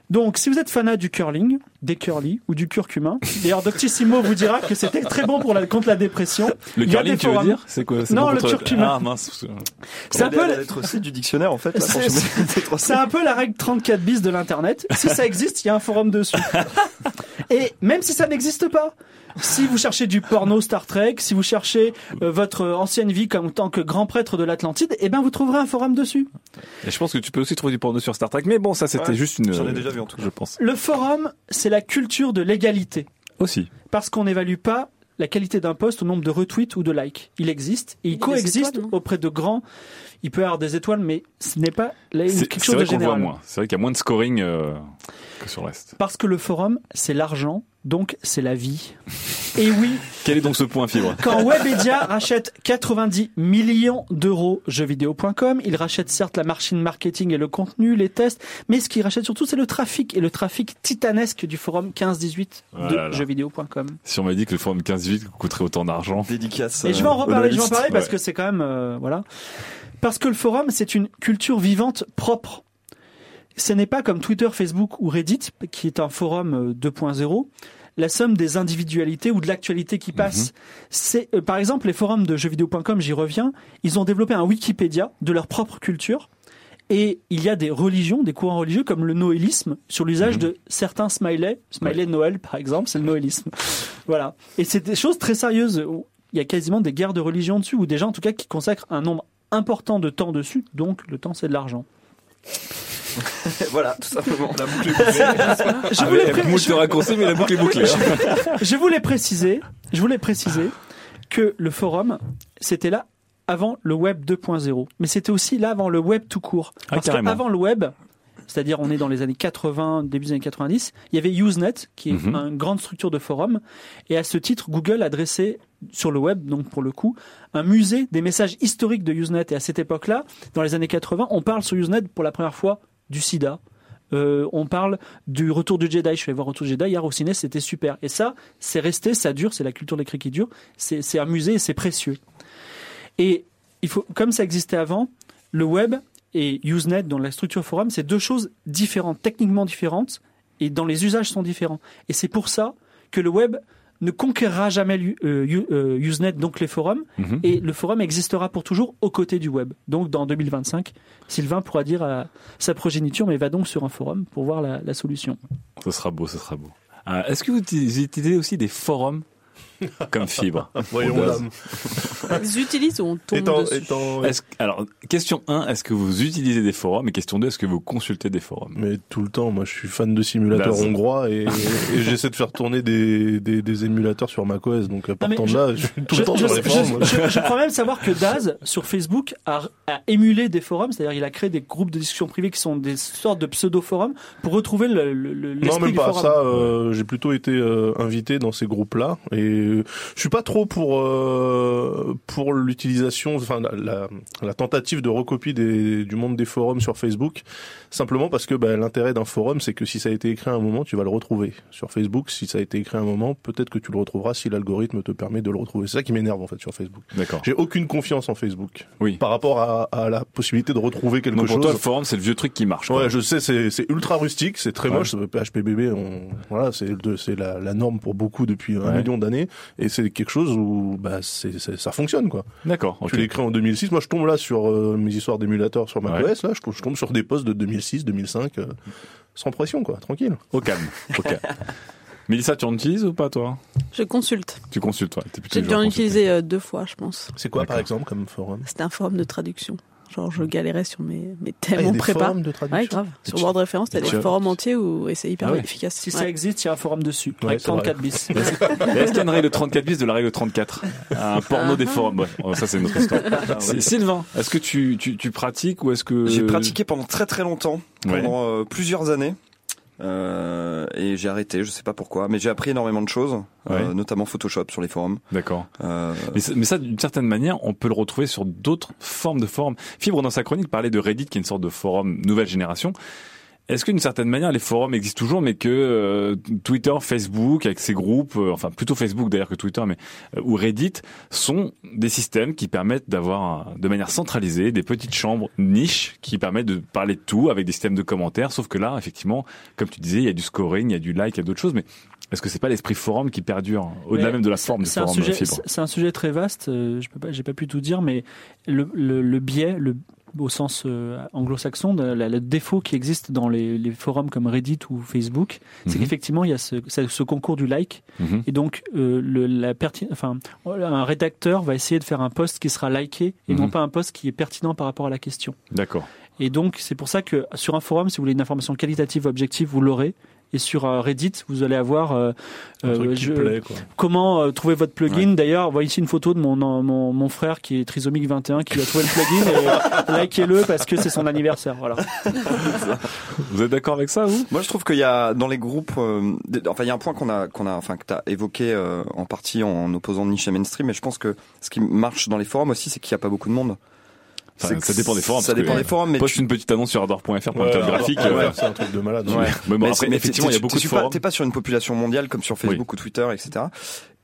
S4: Donc, si vous êtes fanat du curling, des curly ou du curcumin, d'ailleurs Doctissimo vous dira que c'était très bon pour la, contre la dépression.
S3: Le
S4: Il y a
S3: curling,
S4: des
S3: tu veux
S4: forums.
S3: dire C'est quoi c'est
S4: Non, le
S3: contre-
S4: curcuma.
S3: Ah mince. parce que-
S4: C'est un
S6: On a
S4: peu
S6: la lettre C du dictionnaire en fait. là,
S4: C'est-
S6: franchement, lettre C.
S4: C'est un peu la règle 34 bis de l'internet. Si ça existe, il y a un forum dessus. Et même si ça n'existe pas, si vous cherchez du porno Star Trek, si vous cherchez euh, votre ancienne vie comme tant que grand prêtre de l'Atlantide, eh ben vous trouverez un forum dessus.
S3: Et je pense que tu peux aussi trouver du porno sur Star Trek, mais bon, ça c'était
S6: Ouais,
S3: juste une. euh,
S6: j'en ai déjà vu, en tout cas.
S3: Je pense.
S4: Le forum, c'est la culture de l'égalité.
S3: Aussi.
S4: parce qu'on n'évalue pas la qualité d'un poste au nombre de retweets ou de likes. Il existe et il
S5: Il y a des
S4: coexiste
S5: étoiles, hein. non
S4: auprès de grands. Il peut y avoir des étoiles, mais ce n'est pas la-
S3: C'est
S4: quelque
S3: c'est
S4: chose
S3: vrai
S4: de
S3: qu'on voit
S4: général.
S3: moins. C'est vrai qu'il y a moins de scoring euh, que sur le reste.
S4: Parce que le forum, c'est l'argent, donc c'est la vie. Et oui,
S3: Quel est donc ce point, Fibre
S4: quand Webedia rachète 90 millions d'euros jeuxvideo.com, il rachète certes la machine marketing et le contenu, les tests, mais ce qu'il rachète surtout, c'est le trafic et le trafic titanesque du forum 1518
S3: Oh là là.
S4: de jeuxvideo.com.
S3: Si on m'a dit que le forum 15-8 coûterait autant d'argent.
S6: Dédicace.
S4: Et je vais en
S6: euh,
S4: reparler, je vais en
S6: au
S4: parler parce
S3: Ouais.
S4: que c'est quand même euh, voilà. Parce que le forum, c'est une culture vivante propre. Ce n'est pas comme Twitter, Facebook ou Reddit, qui est un forum euh, 2.0, la somme des individualités ou de l'actualité
S3: Mhm.
S4: qui passe. C'est euh, par exemple les forums de jeuxvideo.com, j'y reviens, ils ont développé un Wikipédia de leur propre culture. Et il y a des religions, des courants religieux comme le noélisme sur l'usage
S3: Mhm.
S4: de certains smileys, smiley de Noël par exemple, c'est le noélisme. voilà. Et c'est des choses très sérieuses. Il y a quasiment des guerres de religion dessus ou des gens en tout cas qui consacrent un nombre important de temps dessus, donc le temps c'est de l'argent.
S6: début. Voilà, tout simplement. La boucle
S3: Ah.
S4: Je voulais, pré-
S3: moult raccourcis, mais la boucle est bouclée.
S4: je voulais préciser, je voulais préciser que le forum c'était là avant le web 2.0, mais c'était aussi là avant le web tout court.
S3: Ah,
S4: Parce
S3: carrément.
S4: qu'avant le web, c'est-à-dire on est dans les années 80, début des années 90, il y avait Usenet, qui est
S3: Mhm.
S4: une grande structure de forum, et à ce titre, Google adressait sur le web, donc pour le coup, un musée des messages historiques de Usenet. Et à cette époque-là, dans les années 80, on parle sur Usenet pour la première fois du sida. Euh, on parle du retour du Jedi. Je suis allé voir Retour du Jedi hier au ciné, c'était super. Et ça, c'est resté, ça dure, c'est la culture de l'écrit qui dure. C'est c'est un musée et c'est précieux. Et il faut, comme ça existait avant, le web et Usenet dans la structure forum, c'est deux choses différentes, techniquement différentes, et dans les usages sont différents. Et c'est pour ça que le web ne conquérera jamais l'U- euh, U- euh, Usenet, donc les forums,
S3: Mhm.
S4: et le forum existera pour toujours aux côtés du web. Donc dans 2025, Sylvain pourra dire à sa progéniture, mais va donc sur un forum pour voir la, la solution.
S3: Ce sera beau, ce sera beau. Ah, Est-ce que vous utilisez aussi des forums comme Fibre
S7: Voyons
S3: Honda.
S7: l'âme.
S5: Ils utilisent ou on tombe
S7: Étant,
S5: dessus
S7: étant-
S3: Est-ce- Alors, question 1, est-ce que vous utilisez des forums Et question 2, est-ce que vous consultez des forums
S7: Mais tout le temps, moi je suis fan de simulateurs
S3: Naze.
S7: hongrois et, et j'essaie de faire tourner des, des, des émulateurs sur macOS. Donc à
S4: mais
S7: partant de
S4: je-
S7: là, je suis tout
S4: je,
S7: le temps
S4: je-
S7: sur les forums. moi.
S4: je- je- je crois même savoir que Daz, sur Facebook, a, a émulé des forums, c'est-à-dire il a créé des groupes de discussion privés qui sont des sortes de pseudo-forums pour retrouver le, le- le-
S7: Non,
S4: l'esprit
S7: même
S4: du
S7: pas
S4: forum.
S7: ça. euh, J'ai plutôt été euh, invité dans ces groupes-là et je suis pas trop pour euh, euh, pour l'utilisation, enfin la, la- la tentative de recopie des- du monde des forums sur Facebook, simplement parce que bah, l'intérêt d'un forum, c'est que si ça a été écrit à un moment, tu vas le retrouver. Sur Facebook, si ça a été écrit à un moment, peut-être que tu le retrouveras si l'algorithme te permet de le retrouver. C'est ça qui m'énerve en fait sur Facebook.
S3: D'accord.
S7: J'ai aucune confiance en Facebook
S3: Oui.
S7: par rapport à, à la possibilité de retrouver quelque
S3: Donc
S7: chose.
S3: pour toi, le forum, c'est le vieux truc qui marche. quoi.
S7: Ouais, je sais, c'est c'est ultra rustique, c'est très
S3: Ouais.
S7: moche. c'est PHPBB, on, voilà, c'est de- c'est la, la norme pour beaucoup depuis un
S3: Ouais.
S7: million d'années, et c'est quelque chose où bah c'est c'est- ça fonctionne quoi.
S3: D'accord. ok.
S7: Tu l'écris en 2006. Moi, je tombe là sur euh, mes histoires d'émulateurs sur macOS.
S3: Ouais.
S7: Là, je, tombe- je tombe sur des posts de 2006, 2005, euh, sans pression quoi, tranquille.
S3: Au calme. Au calme. Mélissa, tu en utilises ou pas, toi
S5: Je consulte.
S3: Tu consultes, toi. T'es plutôt
S5: J'ai
S3: du
S5: dû
S3: genre
S5: en
S3: à consulter.
S5: utiliser euh, deux fois, je pense.
S7: C'est quoi par
S3: D'accord.
S7: exemple comme forum
S5: C'était un forum de traduction. Genre, je galérais sur mes,
S7: Ah,
S5: mes
S7: il
S5: thèmes
S7: y a
S5: en
S7: des
S5: prépa.
S7: forums de
S5: Ouais,
S7: traduction.
S5: grave.
S3: Et
S5: Sur
S3: tu-
S5: Word Reference, t'as
S3: et
S5: des
S3: tu-
S5: forums entiers où et c'est hyper
S3: Ah ouais.
S5: efficace.
S4: Si
S5: Ouais.
S4: ça existe, il y a un forum dessus.
S7: Ouais,
S4: avec
S7: c'est vrai.
S4: 34 bis.
S3: Et Est-ce qu'il y a une règle 34 bis de la règle 34 Un porno des forums. Ouais. Oh, ça, c'est une autre histoire. C'est- Sylvain, est-ce que tu, tu, tu pratiques ou est-ce que.
S6: J'ai pratiqué pendant très très longtemps,
S3: Euh, Ouais.
S6: pendant euh, plusieurs années. Euh, et j'ai arrêté, je sais pas pourquoi, mais j'ai appris énormément de choses, euh,
S3: Ouais.
S6: notamment Photoshop sur les forums.
S3: D'accord.
S6: Euh,
S3: Mais, ça- mais ça, d'une certaine manière, on peut le retrouver sur d'autres formes de forums. Fibre, dans sa chronique, parlait de Reddit, qui est une sorte de forum nouvelle génération. Est-ce que d'une certaine manière, les forums existent toujours, mais que euh, Twitter, Facebook, avec ses groupes, euh, enfin plutôt Facebook d'ailleurs que Twitter, mais euh, ou Reddit, sont des systèmes qui permettent d'avoir, euh, de manière centralisée, des petites chambres niches qui permettent de parler de tout avec des systèmes de commentaires. Sauf que là, effectivement, comme tu disais, il y a du scoring, il y a du like, il y a d'autres choses, mais est-ce que c'est pas l'esprit forum qui perdure hein, au-delà
S4: Mais
S3: même de la
S4: c'est-
S3: forme du
S4: c'est un
S3: forum
S4: sujet-
S3: Fibre
S4: c'est- C'est un sujet très vaste. euh, Je peux pas, j'ai pas pu tout dire, mais le, le- le biais, le au sens euh, anglo-saxon, de- la- le défaut qui existe dans les, les forums comme Reddit ou Facebook, c'est
S3: Mhm.
S4: qu'effectivement il y a ce, ce- ce concours du like,
S3: Mhm.
S4: et donc euh, le, la perti- enfin, un rédacteur va essayer de faire un post qui sera liké et non
S3: Mhm.
S4: pas un post qui est pertinent par rapport à la question.
S3: D'accord.
S4: Et donc, c'est pour ça que sur un forum, si vous voulez une information qualitative ou objective, vous l'aurez. Et sur euh, Reddit, vous allez avoir euh,
S7: Un
S4: euh,
S7: truc qui
S4: je-
S7: plaît, quoi.
S4: comment euh, trouver votre plugin. D'ailleurs, voici une photo de mon, euh, mon, mon frère qui est trisomique 21 qui a trouvé le plugin. et, euh, Likez-le parce que c'est son anniversaire. Voilà.
S3: Vous êtes d'accord avec ça, vous
S6: moi, je trouve qu'il y a dans les groupes, euh, des- enfin, il y a un point qu'on a, qu'on a, enfin, que t'as évoqué euh, en partie en opposant niche et mainstream, mais je pense que ce qui marche dans les forums aussi, c'est qu'il n'y a pas beaucoup de monde.
S3: Enfin,
S6: C'est que
S3: ça dépend des forums,
S6: Ça
S3: parce
S6: dépend
S3: que-
S6: des forums, mais
S3: Poste
S6: tu-
S3: une petite annonce sur ardor.fr pour un
S7: Ah, Ouais,
S3: code graphique.
S7: alors,
S3: euh,
S7: c'est un truc de malade.
S3: ouais. Mais bon,
S6: Mais
S3: après,
S6: c'est- mais
S3: effectivement, il y a
S6: t'es-
S3: beaucoup
S6: t'es
S3: de
S6: pas-
S3: forums.
S6: T'es pas sur une population mondiale comme sur Facebook ou Twitter, etc.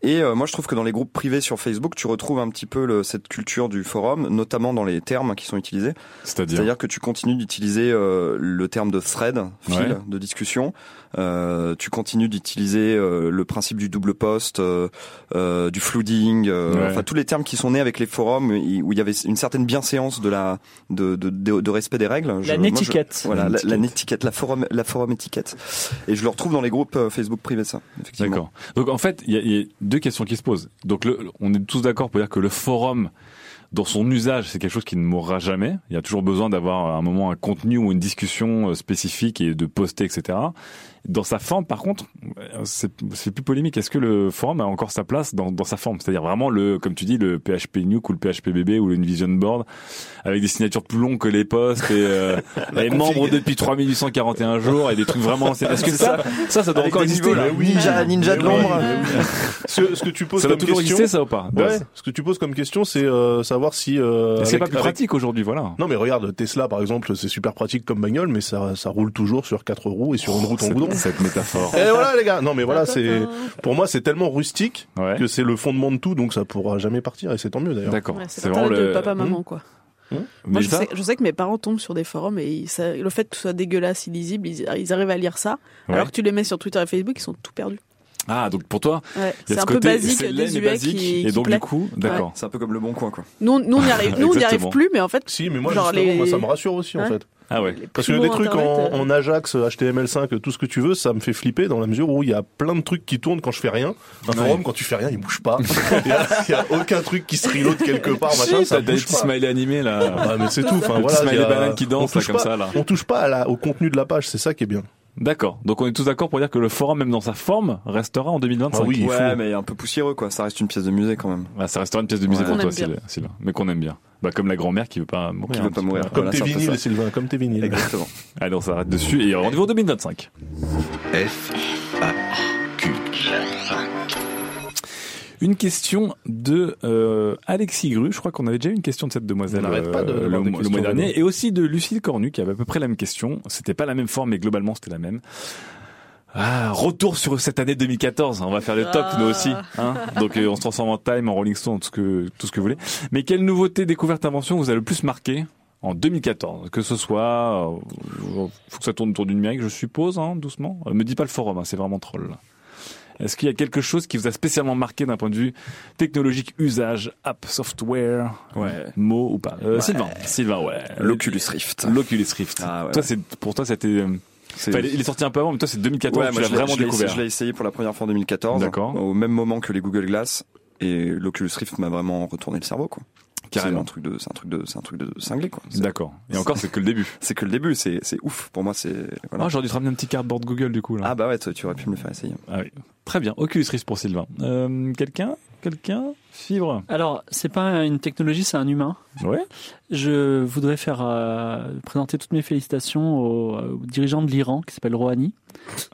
S6: Et euh, moi, je trouve que dans les groupes privés sur Facebook, tu retrouves un petit peu le- cette culture du forum, notamment dans les termes qui sont utilisés.
S3: C'est-à-dire.
S6: C'est-à-dire que tu continues d'utiliser euh, le terme de thread, fil
S3: Ouais.
S6: de discussion. Euh, tu continues d'utiliser euh, le principe du double poste, euh, euh, du flooding, euh,
S3: Ouais.
S6: enfin tous les termes qui sont nés avec les forums i- où il y avait une certaine bienséance de la de, de, de- de respect des règles. Je-
S4: La
S6: moi, je-
S4: netiquette.
S6: voilà, la,
S3: L'étiquette.
S6: la netiquette, la forum, la forum étiquette. Et je le retrouve dans les groupes euh, Facebook privés, ça. Effectivement.
S3: D'accord. Donc, en fait, il y, a- il y a deux questions qui se posent. Donc, le, on est tous d'accord pour dire que le forum, dans son usage, c'est quelque chose qui ne mourra jamais. Il y a toujours besoin d'avoir à un moment un contenu ou une discussion euh, spécifique et de poster, etc. Dans sa forme, par contre, euh, c'est c'est plus polémique. Est-ce que le forum a encore sa place dans, dans sa forme C'est-à-dire vraiment le, comme tu dis, le PHP Nuke ou le PHP BB ou le Vision Board avec des signatures plus longues que les postes et, euh, et membres depuis 3841 jours et des trucs vraiment anciens. Est-ce que ça, ça, ça doit
S6: Avec
S3: encore
S6: des
S3: exister
S6: niveaux, là.
S3: là
S4: Ah,
S6: Ninja, ninja
S7: Mais
S6: de
S7: oui,
S6: l'ombre.
S7: mais oui. ce, ce que tu poses
S3: Ça doit
S7: comme
S3: toujours
S7: question,
S3: exister ça ou pas
S7: Ouais,
S3: Est-ce
S7: ce que tu poses comme question, c'est euh, savoir si. euh,
S3: que C'est
S7: avec-
S3: pas plus
S7: avec-
S3: pratique aujourd'hui, voilà.
S7: Non mais regarde Tesla par exemple, c'est super pratique comme bagnole, mais ça ça roule toujours sur quatre roues et sur une route en
S3: Cette-
S7: goudron.
S3: Cette métaphore.
S7: Et voilà les gars. Non mais voilà Ah, c'est
S4: hein.
S7: pour moi c'est tellement rustique
S3: Ouais.
S7: que c'est le fondement de tout, donc ça pourra jamais partir et c'est tant mieux d'ailleurs.
S3: D'accord.
S5: Ouais, c'est
S3: C'est
S5: l'intérêt
S3: vraiment
S5: de
S3: le.
S5: papa-maman, quoi. Moi, je
S3: Mélissa
S5: sais, je sais que mes parents tombent sur des forums et ils- ça- le fait que ce soit dégueulasse, illisible, ils, ah, ils arrivent à lire ça.
S3: Ouais.
S5: Alors que tu les mets sur Twitter et Facebook, ils sont tout perdus.
S3: Ah, donc pour toi,
S5: Ouais,
S3: il y a
S5: C'est un
S3: ce
S5: peu
S3: côté,
S5: basique,
S3: c'est laid mais
S5: désuet
S3: basique.
S5: qui,
S3: Et
S5: qui
S3: donc,
S5: plaît.
S3: du coup, d'accord.
S6: C'est un peu comme le bon coin, quoi.
S5: Nous, nous, on n'y arrive, nous, on n'y arrive
S3: Exactement.
S5: plus, mais en fait,
S7: Si mais moi
S5: Genre
S7: justement
S5: les-
S7: moi, ça me rassure aussi en
S5: Ouais.
S7: fait.
S3: Ah ouais.
S5: les
S7: Parce que
S5: primo
S7: des trucs en,
S5: Internet, euh,
S7: en Ajax, HTML5, tout ce que tu veux, ça me fait flipper dans la mesure où il y a plein de trucs qui tournent quand je fais rien. Un forum, quand tu fais rien, il bouge pas. Il y a, il y a aucun truc qui se reload quelque part, machin,
S3: Si,
S7: ça
S3: T'as des
S7: bouge
S3: petits
S7: pas.
S3: smileys animés là.
S5: bah,
S7: Ah, mais c'est tout. Enfin,
S3: Le petit
S7: voilà, il y
S3: smiley
S7: a-
S3: banane qui danse,
S7: on
S3: là,
S7: touche
S3: comme
S7: pas-
S3: ça, là.
S7: On touche pas à la, au contenu de la page, c'est ça qui est bien.
S3: D'accord. Donc on est tous d'accord pour dire que le forum, même dans sa forme, restera en 2025.
S7: Ah oui, il
S6: ouais,
S7: faut.
S6: mais un peu poussiéreux, quoi. Ça reste une pièce de musée, quand même.
S3: Ah, ça restera une pièce de musée
S6: Ouais.
S3: pour
S5: Qu'on
S3: toi,
S5: aime bien.
S3: Sylvain, Sylvain. mais qu'on aime bien. Bah, comme la grand-mère qui veut pas mourir. Ah,
S6: Qui
S3: un
S6: veut pas
S3: petit
S6: mourir.
S3: peu.
S7: Comme
S6: Voilà,
S7: tes
S6: c'est un peu
S7: vinyles,
S6: ça.
S7: Sylvain, comme tes vinyles.
S6: Exactement.
S3: Allez, on s'arrête dessus et rendez-vous en 2025.
S1: F A Q.
S3: Une question de euh, Alexis Gru. Je crois qu'on avait déjà eu une question de cette demoiselle
S7: On n'arrête
S3: euh,
S7: pas de
S3: le,
S7: demander
S3: le
S7: des questions,
S3: mois
S7: vraiment.
S3: dernier. Et aussi de Lucille Cornu qui avait à peu près la même question. C'était pas la même forme, mais globalement c'était la même. Ah, retour sur cette année 2014. On va faire le top,
S5: Ah.
S3: nous aussi. hein. Donc euh, on se transforme en Time, en Rolling Stone, tout ce que, tout ce que vous voulez. Mais quelle nouveauté, découverte, invention vous a le plus marqué en 2014 Que ce soit... euh, faut que ça tourne autour du numérique, je suppose, hein, doucement. Euh, me dis pas le forum, hein, c'est vraiment troll. là. Est-ce qu'il y a quelque chose qui vous a spécialement marqué d'un point de vue technologique, usage, app, software,
S6: Ouais.
S3: mot ou pas Euh, Sylvain, Sylvain, ouais.
S6: L'Oculus Rift.
S3: L'Oculus Rift.
S6: Ah ouais.
S3: Toi, c'est pour toi, c'était. euh,
S6: C'est-
S3: il est sorti un peu avant, mais toi, c'est 2014.
S6: Ouais,
S3: tu
S6: moi,
S3: l'as
S6: je l'ai-
S3: vraiment
S6: je l'ai-
S3: découvert.
S6: Je l'ai essayé pour la première fois en 2014.
S3: D'accord.
S6: Au même moment que les Google Glass. Et l'Oculus Rift m'a vraiment retourné le cerveau, quoi. C'est un
S3: Carrément.
S6: truc de, c'est un truc de, c'est un truc de cinglé, quoi. C'est-
S3: D'accord. Et encore, c'est que le début.
S6: C'est que le début, c'est, c'est ouf. Pour moi, c'est, voilà.
S3: Ah, j'aurais dû te ramener un petit cardboard Google du coup là.
S6: Ah bah ouais, toi, tu aurais pu me le faire essayer.
S3: Ah oui. Très bien. Oculus Rift pour Sylvain. Euh, quelqu'un Quelqu'un Fibre
S4: Alors, c'est pas une technologie, c'est un humain.
S3: Ouais.
S4: Je voudrais faire euh, présenter toutes mes félicitations au, euh, au dirigeant de l'Iran qui s'appelle Rouhani.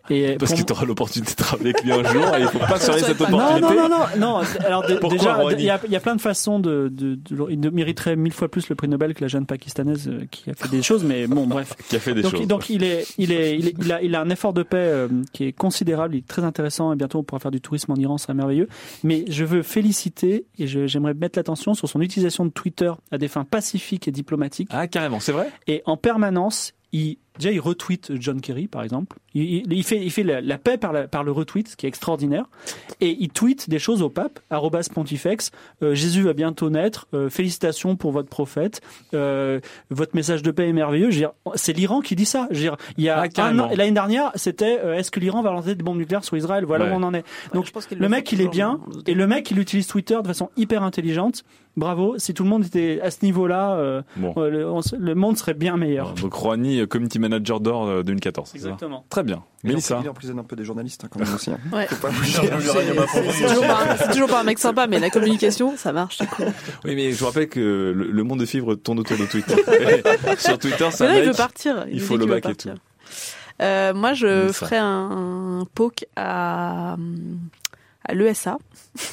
S4: Et
S3: Parce
S4: pour-
S3: qu'il t'aura l'opportunité de travailler avec lui un jour et il faut pas se rayer cette
S5: Non,
S4: Ah, non,
S3: opportunité.
S4: non, non, non, non. Alors d-
S3: Pourquoi
S4: déjà,
S3: Rouhani
S4: il y, a- il y a plein de façons de, de- de- Il de- mériterait mille fois plus le prix Nobel que la jeune pakistanaise euh, qui a fait des choses, mais bon, bref.
S3: Qui a fait des
S4: donc,
S3: choses.
S4: donc il est, il est, il est- il a, il a un effort de paix euh, qui est considérable, il est très intéressant et bientôt on pourra faire du tourisme en Iran, ce sera merveilleux. Mais je veux féliciter et je- j'aimerais mettre l'attention sur son utilisation de Twitter à des fins pacifiques et diplomatiques.
S3: Ah carrément, c'est vrai
S4: Et en permanence, il, déjà il retweet John Kerry par exemple. Il, il- il fait, il fait la, la paix par, la- par le retweet, ce qui est extraordinaire. Et il tweet des choses au pape, arrobas pontifex, euh, Jésus va bientôt naître, euh, félicitations pour votre prophète, euh, votre message de paix est merveilleux. Je veux dire, c'est l'Iran qui dit ça. Je veux dire, il y a
S3: Ah,
S4: un
S3: carrément.
S4: an- l'année dernière, c'était euh, est-ce que l'Iran va lancer des bombes nucléaires sur Israël Voilà
S3: Ouais.
S4: où on en est. Donc,
S5: je pense qu'il
S4: le
S5: le
S4: mec,
S5: fait
S4: il est
S5: toujours,
S4: bien,
S5: mais on se dit-
S4: et le mec, il utilise Twitter de façon hyper intelligente. Bravo, si tout le monde était à ce niveau-là, euh,
S3: Bon.
S4: euh, le, on se- le monde serait bien meilleur.
S3: Donc Rouhani, euh, community manager d'or euh, 2014. c'est ça
S4: Exactement.
S3: Très bien.
S6: Il
S3: Mélissa.
S6: il emprisonne un peu des journalistes, hein, quand même aussi. hein.
S5: Ouais.
S6: Faut pas
S5: C'est toujours, pas un- c'est toujours pas un mec sympa, mais la communication, ça marche. c'est cool.
S3: Oui, mais je vous rappelle que le, le monde de fibres tourne autour de Twitter. Sur Twitter,
S5: Mais
S3: ça
S5: là, il veut
S3: like.
S5: partir.
S3: il
S5: nous
S3: faut
S5: dit
S3: le
S5: qu'il veut
S3: bac et Mmh,
S5: partir. Euh, moi, je
S3: Ça.
S5: ferais un, un poke à, à l'ESA.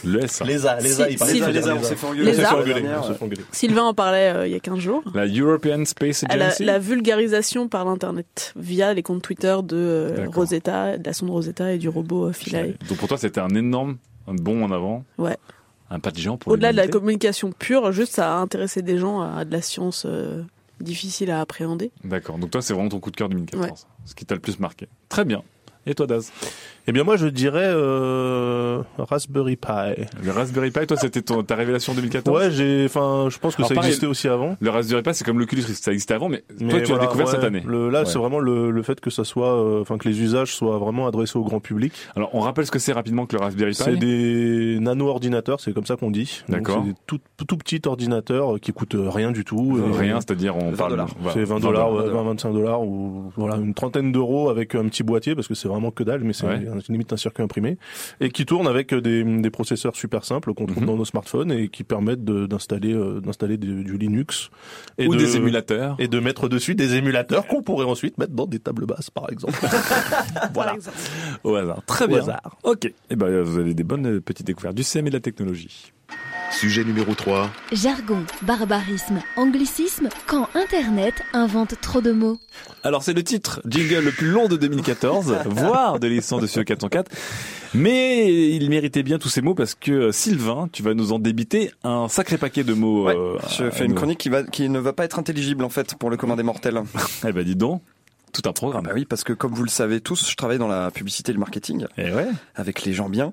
S3: Le SA.
S7: Les A,
S5: les A, ils parlent
S6: Bah,
S5: Les
S6: Les
S5: A,
S6: a, les a, on s'est fait engueuler.
S5: Les
S7: se
S5: a.
S7: font
S6: la
S7: engueuler,
S6: dernière,
S7: on se fait engueuler.
S5: Sylvain en parlait euh, il y a 15 jours.
S3: La European Space
S5: À la,
S3: Agency.
S5: la vulgarisation par l'Internet via les comptes Twitter de euh,
S3: D'accord.
S5: Rosetta, de la sonde Rosetta et du robot euh, Philae.
S3: Donc pour toi, c'était un énorme un bond en avant.
S5: Ouais.
S3: Un pas de géant pour
S5: Au-delà de la
S3: l'humanité.
S5: communication pure, juste ça a intéressé des gens à de la science euh, difficile à appréhender.
S3: D'accord. Donc toi, c'est vraiment ton coup de cœur 2014. Ce qui t'a le plus marqué. Très bien. Et toi, Daz
S7: Eh bien, moi, je dirais euh, Raspberry Pi.
S3: Le Raspberry Pi, toi, c'était ton- ta révélation 2014
S7: Ouais, j'ai. Enfin, je pense que
S3: Alors,
S7: ça
S3: pareil,
S7: existait aussi avant.
S3: Le Raspberry Pi, c'est comme l'Oculus Rift. Ça existait avant, mais, toi, tu
S7: voilà,
S3: l'as découvert
S7: ouais,
S3: cette année.
S7: le- là,
S3: Ouais.
S7: c'est vraiment le, le fait que ça soit, euh, enfin, que les usages soient vraiment adressés au grand public.
S3: Alors, on rappelle ce que c'est rapidement que le Raspberry Pi.
S7: C'est des nano-ordinateurs, c'est comme ça qu'on dit. Donc,
S3: D'accord.
S7: C'est des tout, tout petits ordinateurs euh, qui coûtent euh, rien du tout.
S3: Euh,
S7: Et-
S3: Rien, c'est-à-dire on
S6: 20
S3: parle
S6: dollars.
S3: voilà,
S7: C'est 20 dollars, ouais, 20, 25 dollars ou voilà une trentaine d'euros avec un petit boîtier parce que c'est vraiment que dalle, mais c'est
S3: Ouais.
S7: un- limite un circuit imprimé et qui tourne avec des, des processeurs super simples qu'on trouve
S3: Mhm.
S7: dans nos smartphones et qui permettent de- d'installer euh, d'installer du, du Linux et
S3: Ou
S7: de,
S3: des émulateurs.
S7: et de mettre dessus des émulateurs qu'on pourrait ensuite mettre dans des tables basses par exemple. voilà.
S3: Au hasard. Très
S7: Au
S3: bien.
S7: hasard.
S3: Ok. Eh ben, euh, vous avez des bonnes euh, petites découvertes du CM et de la technologie.
S1: Sujet numéro 3.
S8: Jargon, barbarisme, anglicisme, quand Internet invente trop de mots.
S3: Alors, c'est le titre jingle le plus long de 2014, voire de l'essence de E ce 404. Mais il méritait bien tous ces mots parce que euh, Sylvain, tu vas nous en débiter un sacré paquet de mots.
S6: Ouais,
S3: euh, à-
S6: je
S3: à
S6: fais une
S3: nous.
S6: chronique qui, va, qui ne va pas être intelligible en fait pour le commun des mortels.
S3: Eh ben, dis donc, tout un programme.
S6: Bah oui, parce que comme vous le savez tous, je travaille dans la publicité et le marketing
S3: Eh ouais.
S6: avec les gens bien.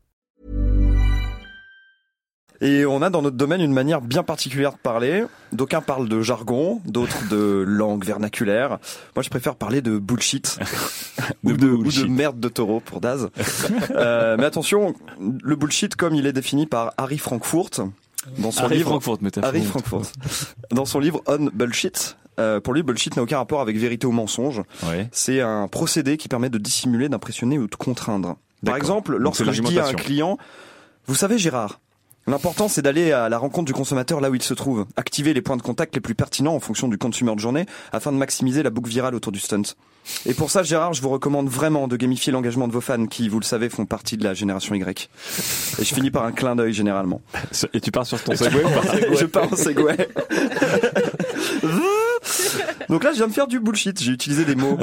S6: Et on a dans notre domaine une manière bien particulière de parler. D'aucuns parlent de jargon, d'autres de langue vernaculaire. Moi, je préfère parler de bullshit. ou, de, ou de
S3: bullshit.
S6: merde de taureau pour Daz. Euh, mais attention, le bullshit, comme il est défini par Harry Frankfurt, dans son
S3: Harry
S6: livre,
S3: Frankfurt, mais t'as
S6: Harry
S3: fait-
S6: Frankfurt. Dans son livre On Bullshit, euh, pour lui, bullshit n'a aucun rapport avec vérité ou mensonge.
S3: Ouais.
S6: C'est un procédé qui permet de dissimuler, d'impressionner ou de contraindre. Par
S3: D'accord.
S6: exemple,
S3: Donc
S6: lorsque
S3: c'est
S6: je dis à un
S3: l'argumentation.
S6: client, vous savez Gérard, l'important c'est d'aller à la rencontre du consommateur là où il se trouve, activer les points de contact les plus pertinents en fonction du consumer de journée afin de maximiser la boucle virale autour du stunt. Et pour ça Gérard, je vous recommande vraiment de gamifier l'engagement de vos fans qui, vous le savez, font partie de la génération Y. Et je finis par un clin d'œil généralement.
S3: Et tu pars sur ton Segway ou pas
S6: je pars en Segway. Donc là, je viens de faire du bullshit. J'ai utilisé des mots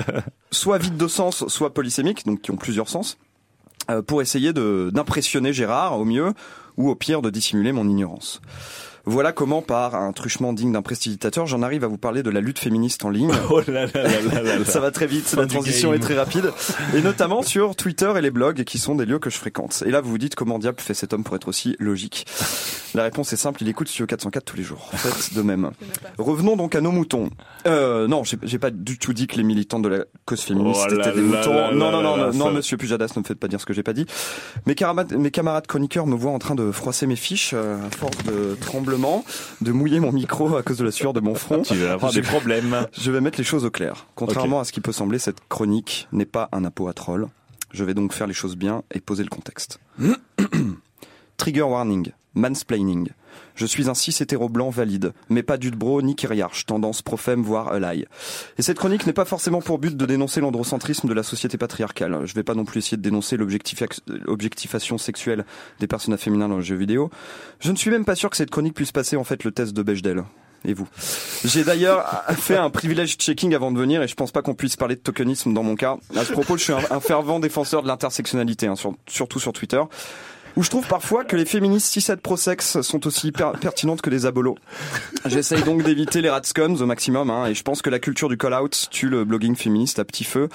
S6: soit vides de sens, soit polysémiques, donc qui ont plusieurs sens, euh, pour essayer de d'impressionner Gérard au mieux, ou au pire de dissimuler mon ignorance. Voilà comment, par un truchement digne d'un prestidigitateur, j'en arrive à vous parler de la lutte féministe en ligne.
S3: Oh là là là là là là.
S6: Ça va très vite, la
S3: du
S6: transition est
S3: game.
S6: très rapide. Et notamment sur Twitter et les blogs qui sont des lieux que je fréquente. Et là, vous vous dites comment diable fait cet homme pour être aussi logique La réponse est simple, il écoute Studio 404 tous les jours. Faites de même. Revenons donc à nos moutons. Euh, non, j'ai- j'ai pas du tout dit que les militants de la cause féministe
S3: Oh là
S6: étaient des
S3: là
S6: moutons.
S3: là
S6: non,
S3: là
S6: non, non,
S3: là
S6: non,
S3: là,
S6: non,
S3: ça-
S6: monsieur Pujadas, ne me faites pas dire ce que j'ai pas dit. Mes camarades, mes camarades chroniqueurs me voient en train de froisser mes fiches euh, à force de tremblements, de mouiller mon micro à cause de la sueur de mon front.
S3: Tu vas avoir des problèmes.
S6: Je vais mettre les choses au clair. Contrairement à ce qui peut sembler, cette chronique n'est pas un impôt à troll. Je vais donc faire les choses bien et poser le contexte. Trigger warning, mansplaining. Je suis un cis hétéro blanc valide, mais pas Dudbro ni Kyriarch, tendance profème voire ally. Et cette chronique n'est pas forcément pour but de dénoncer l'androcentrisme de la société patriarcale. Je vais pas non plus essayer de dénoncer l'objectifac- l'objectification sexuelle des personnes féminines dans le jeu vidéo. Je ne suis même pas sûr que cette chronique puisse passer en fait le test de Bechdel. Et vous J'ai d'ailleurs fait un privilège checking avant de venir et je pense pas qu'on puisse parler de tokenisme dans mon cas. À ce propos, je suis un, un fervent défenseur de l'intersectionnalité, hein, sur- surtout sur Twitter, où je trouve parfois que les féministes 6 pro sexe sont aussi per- pertinentes que des abolos. J'essaye donc d'éviter les ratscoms au maximum hein, et je pense que la culture du call-out tue le blogging féministe à petit feu.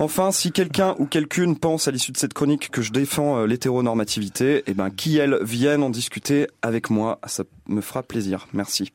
S6: Enfin, si quelqu'un ou quelqu'une pense à l'issue de cette chronique que je défends euh, l'hétéronormativité, eh ben, qui elle vienne en discuter avec moi, ça me fera plaisir. Merci.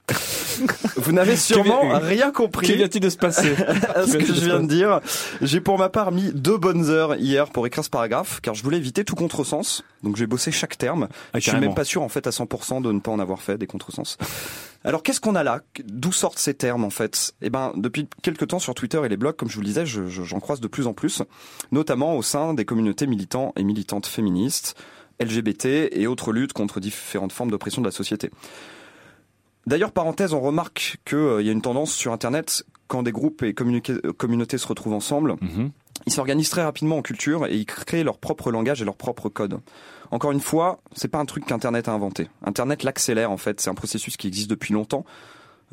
S6: Vous n'avez sûrement rien
S3: Que
S6: compris
S3: vient-il de se passer
S6: à ce que je viens de dire. J'ai pour ma part mis deux bonnes heures hier pour écrire ce paragraphe, car je voulais éviter tout contresens. Donc j'ai bossé chaque terme.
S3: Ah,
S6: je suis
S3: carrément.
S6: même pas sûr en fait à 100% de ne pas en avoir fait des contresens. Alors qu'est-ce qu'on a là D'où sortent ces termes en fait Eh ben depuis quelques temps sur Twitter et les blogs, comme je vous le disais, je- je- j'en croise de plus en plus, notamment au sein des communautés militants et militantes féministes, LGBT et autres luttes contre différentes formes d'oppression de la société. D'ailleurs, parenthèse, on remarque qu'il y a une tendance sur Internet, quand des groupes et communiqué- euh, communautés se retrouvent ensemble,
S3: Mhm.
S6: ils s'organisent très rapidement en culture et ils créent leur propre langage et leur propre code. Encore une fois, c'est pas un truc qu'Internet a inventé. Internet l'accélère en fait, c'est un processus qui existe depuis longtemps.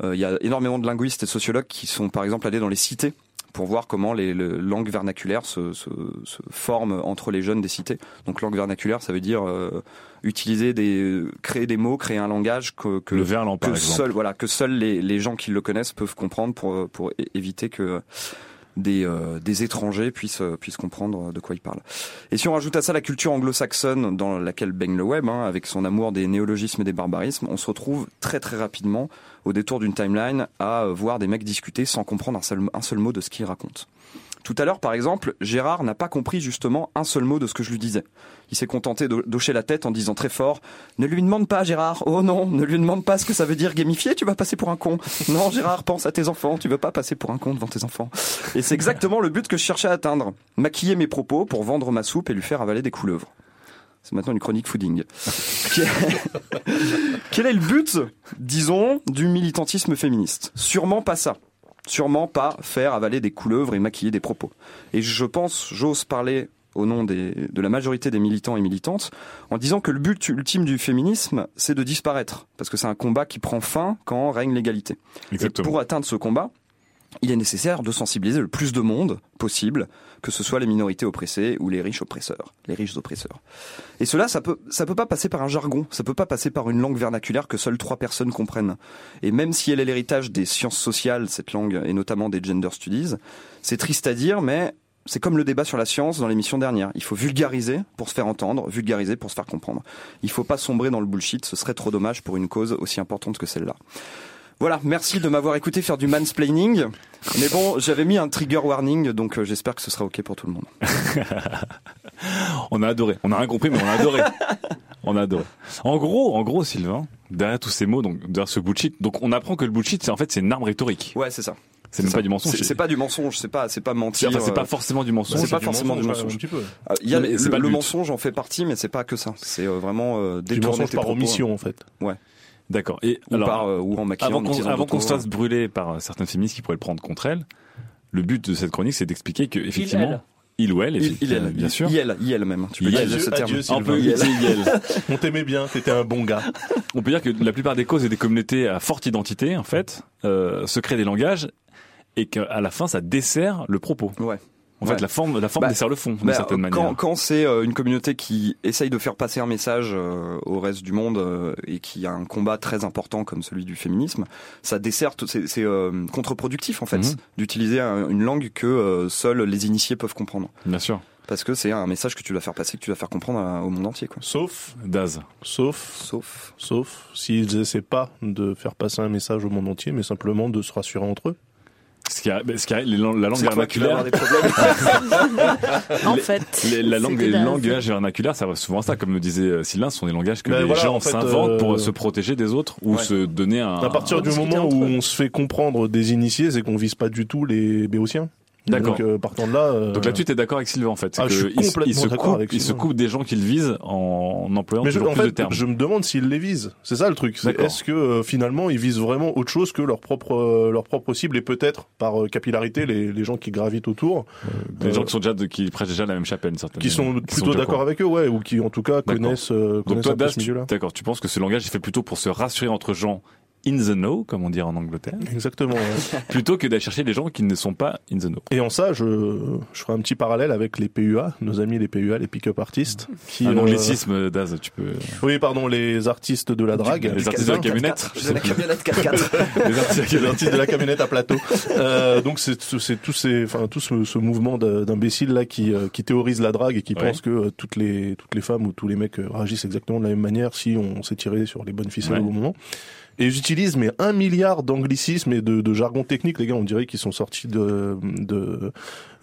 S6: Euh, Il y a énormément de linguistes et de sociologues qui sont par exemple allés dans les cités pour voir comment les, le- langues vernaculaires se, se- se forment entre les jeunes des cités. Donc langue vernaculaire, ça veut dire euh, utiliser des, créer des mots, créer un langage que, que
S3: Le verlan, par
S6: que
S3: exemple.
S6: seuls voilà que seuls les, les gens qui le connaissent peuvent comprendre pour pour é- éviter que des euh, des étrangers puissent euh, puissent comprendre de quoi ils parlent. Et si on rajoute à ça la culture anglo-saxonne dans laquelle baigne le web hein, avec son amour des néologismes et des barbarismes, on se retrouve très très rapidement au détour d'une timeline à euh, voir des mecs discuter sans comprendre un seul un seul mot de ce qu'ils racontent. Tout à l'heure, par exemple, Gérard n'a pas compris justement un seul mot de ce que je lui disais. Il s'est contenté d'ho- d'hocher la tête en disant très fort ne lui demande pas, Gérard. Oh non, ne lui demande pas ce que ça veut dire gamifier, tu vas passer pour un con. Non, Gérard, pense à tes enfants, tu veux pas passer pour un con devant tes enfants. Et c'est exactement le but que je cherchais à atteindre. Maquiller mes propos pour vendre ma soupe et lui faire avaler des couleuvres. C'est maintenant une chronique fooding. Que- Quel est le but, disons, du militantisme féministe Sûrement pas ça. Sûrement pas faire avaler des couleuvres et maquiller des propos. Et je pense, j'ose parler au nom des- de la majorité des militants et militantes, en disant que le but ultime du féminisme, c'est de disparaître, parce que c'est un combat qui prend fin quand règne l'égalité. Et
S3: Exactement.
S6: pour atteindre ce combat, il est nécessaire de sensibiliser le plus de monde possible, que ce soit les minorités oppressées ou les riches oppresseurs, les riches oppresseurs. Et cela, ça peut, ça peut pas passer par un jargon, ça peut pas passer par une langue vernaculaire que seules trois personnes comprennent. Et même si elle est l'héritage des sciences sociales, cette langue, et notamment des gender studies, c'est triste à dire, mais C'est comme le débat sur la science dans l'émission dernière. Il faut vulgariser pour se faire entendre, vulgariser pour se faire comprendre. Il faut pas sombrer dans le bullshit, ce serait trop dommage pour une cause aussi importante que celle-là. Voilà, merci de m'avoir écouté faire du mansplaining. Mais bon, j'avais mis un trigger warning, donc euh, j'espère que ce sera ok pour tout le monde.
S3: On a adoré. On a rien compris, mais on a adoré. On a adoré. En gros, en gros, Sylvain, derrière tous ces mots, donc derrière ce bullshit, donc on apprend que le bullshit, c'est en fait c'est une arme rhétorique.
S6: Ouais, c'est ça.
S3: C'est même
S6: ça.
S3: pas du mensonge.
S6: C'est c'est pas du mensonge, c'est pas, c'est pas
S3: C'est-
S6: mentir.
S3: enfin, c'est
S6: euh,
S3: pas forcément
S7: Bah,
S3: du
S6: c'est
S3: mensonge.
S6: pas forcément du mensonge.
S7: Un petit peu.
S6: euh, il y a
S3: mais
S6: le,
S3: c'est pas le
S6: le
S3: but.
S6: mensonge en fait partie, mais c'est pas que ça. C'est euh, vraiment euh,
S7: Du
S6: détourner
S7: mensonge
S6: tes
S7: par
S6: propos,
S7: omission, en fait.
S3: D'accord. Et
S6: hein, Ou,
S3: alors,
S6: par, euh, ou en maquillant.
S3: avant
S6: en
S3: qu'on
S6: utilisant
S3: avant
S6: d'autres
S3: qu'on se
S6: mots.
S3: fasse brûler par euh, certaines féministes qui pourraient le prendre contre elle, le but de cette chronique, c'est d'expliquer que effectivement, il, ou elle,
S6: Il, il,
S3: effectivement,
S6: elle,
S3: bien sûr.
S6: Il, il même. Tu peux
S3: Il,
S6: utiliser
S7: elle.
S6: ce terme.
S7: Adieu,
S3: On peut,
S7: Sylvain.
S3: utiliser elle.
S7: On t'aimait bien, t'étais un bon gars.
S3: On peut dire que la plupart des causes et des communautés à forte identité, en fait, euh, se créent des langages et qu'à la fin, ça dessert le propos.
S6: Ouais.
S3: En
S6: Ouais.
S3: fait, la forme, la forme
S6: Bah,
S3: dessert le fond, d'une
S6: Bah,
S3: certaine
S6: quand,
S3: manière.
S6: Quand c'est euh, une communauté qui essaye de faire passer un message euh, au reste du monde euh, et qui a un combat très important comme celui du féminisme, ça dessert, tout- c'est c'est, euh, contre-productif en fait
S3: Mhm.
S6: d'utiliser un- une langue que euh, seuls les initiés peuvent comprendre.
S3: Bien sûr.
S6: Parce que c'est un message que tu dois faire passer, que tu dois faire comprendre à- au monde entier. Quoi.
S7: Sauf,
S3: Daz.
S7: sauf,
S6: Sauf...
S7: sauf s'ils essaient pas de faire passer un message au monde entier, mais simplement de se rassurer entre eux.
S3: Ce qui a- bah, ce qui a- les lan- la langue
S6: C'est toi qui vas avoir
S3: vernaculaire.
S6: des problèmes.
S5: En fait.
S3: Ah, les- la langue,
S5: c'était
S3: les
S5: Daz.
S3: langages vernaculaires, ça va souvent à ça, comme le disait euh, Sylvain, ce sont des langages que
S7: Bah,
S3: les
S7: voilà,
S3: gens
S7: en fait,
S3: s'inventent
S7: euh,
S3: pour se protéger des autres ou
S6: Ouais.
S3: se donner un.
S7: À partir du
S5: discuter
S7: moment
S5: entre
S7: où
S5: eux.
S7: on se fait comprendre des initiés, c'est qu'on vise pas du tout les béotiens.
S3: D'accord.
S7: Donc, euh, partant de là. euh,
S3: Donc là-dessus, t'es d'accord avec Sylvain en fait.
S7: Ah,
S3: C'est
S7: je
S3: que
S7: suis
S3: il se-
S7: complètement
S3: il se
S7: d'accord
S3: coupe-
S7: avec
S3: Il se
S7: Sylvain.
S3: coupe des gens qu'ils visent en employant
S7: mais je,
S3: toujours
S7: en
S3: plus de
S7: fait,
S3: termes.
S7: je me demande s'ils les visent. C'est ça le truc. C'est
S3: D'accord.
S7: Est-ce que euh, finalement ils visent vraiment autre chose que leur propre euh, leur propre cible et peut-être par euh, capillarité les, les gens qui gravitent autour,
S3: Des
S7: euh,
S3: gens qui sont déjà de- qui prêchent déjà la même chapelle, certainement.
S7: qui sont plutôt d'accord avec eux, ouais, ou qui en tout cas
S3: D'accord.
S7: connaissent, euh,
S3: Donc
S7: connaissent
S3: toi,
S7: un peu
S3: Daz,
S7: ce
S3: tu,
S7: milieu-là.
S3: d'accord, tu penses que ce langage est fait plutôt pour se rassurer entre gens in the know, comme on dit en Angleterre,
S7: Exactement. ouais.
S3: plutôt que d'aller chercher des gens qui ne sont pas in the know.
S7: Et en ça, je, je ferai un petit parallèle avec les PUA, nos amis les PUA, les pick-up artistes. Qui,
S3: Mmh. Un
S7: euh,
S3: anglicisme, Daz, tu peux.
S7: oui, pardon, les artistes de la drague.
S3: les artistes de la camionnette.
S6: de la camionnette
S3: Les
S6: 4x4.
S3: artistes de la
S7: les
S3: camionnette.
S7: artistes de la camionnette à plateau. Euh, donc c'est c'est tout ces enfin tout ce, ce mouvement de- d'imbéciles là qui euh, qui théorise la drague et qui
S3: Ouais.
S7: pense que euh, toutes les toutes les femmes ou tous les mecs euh, réagissent exactement de la même manière si on s'est tiré sur les bonnes ficelles
S3: Ouais.
S7: au bon moment. Et ils utilisent mais un milliard d'anglicismes et de, de jargon technique les gars on dirait qu'ils sont sortis de de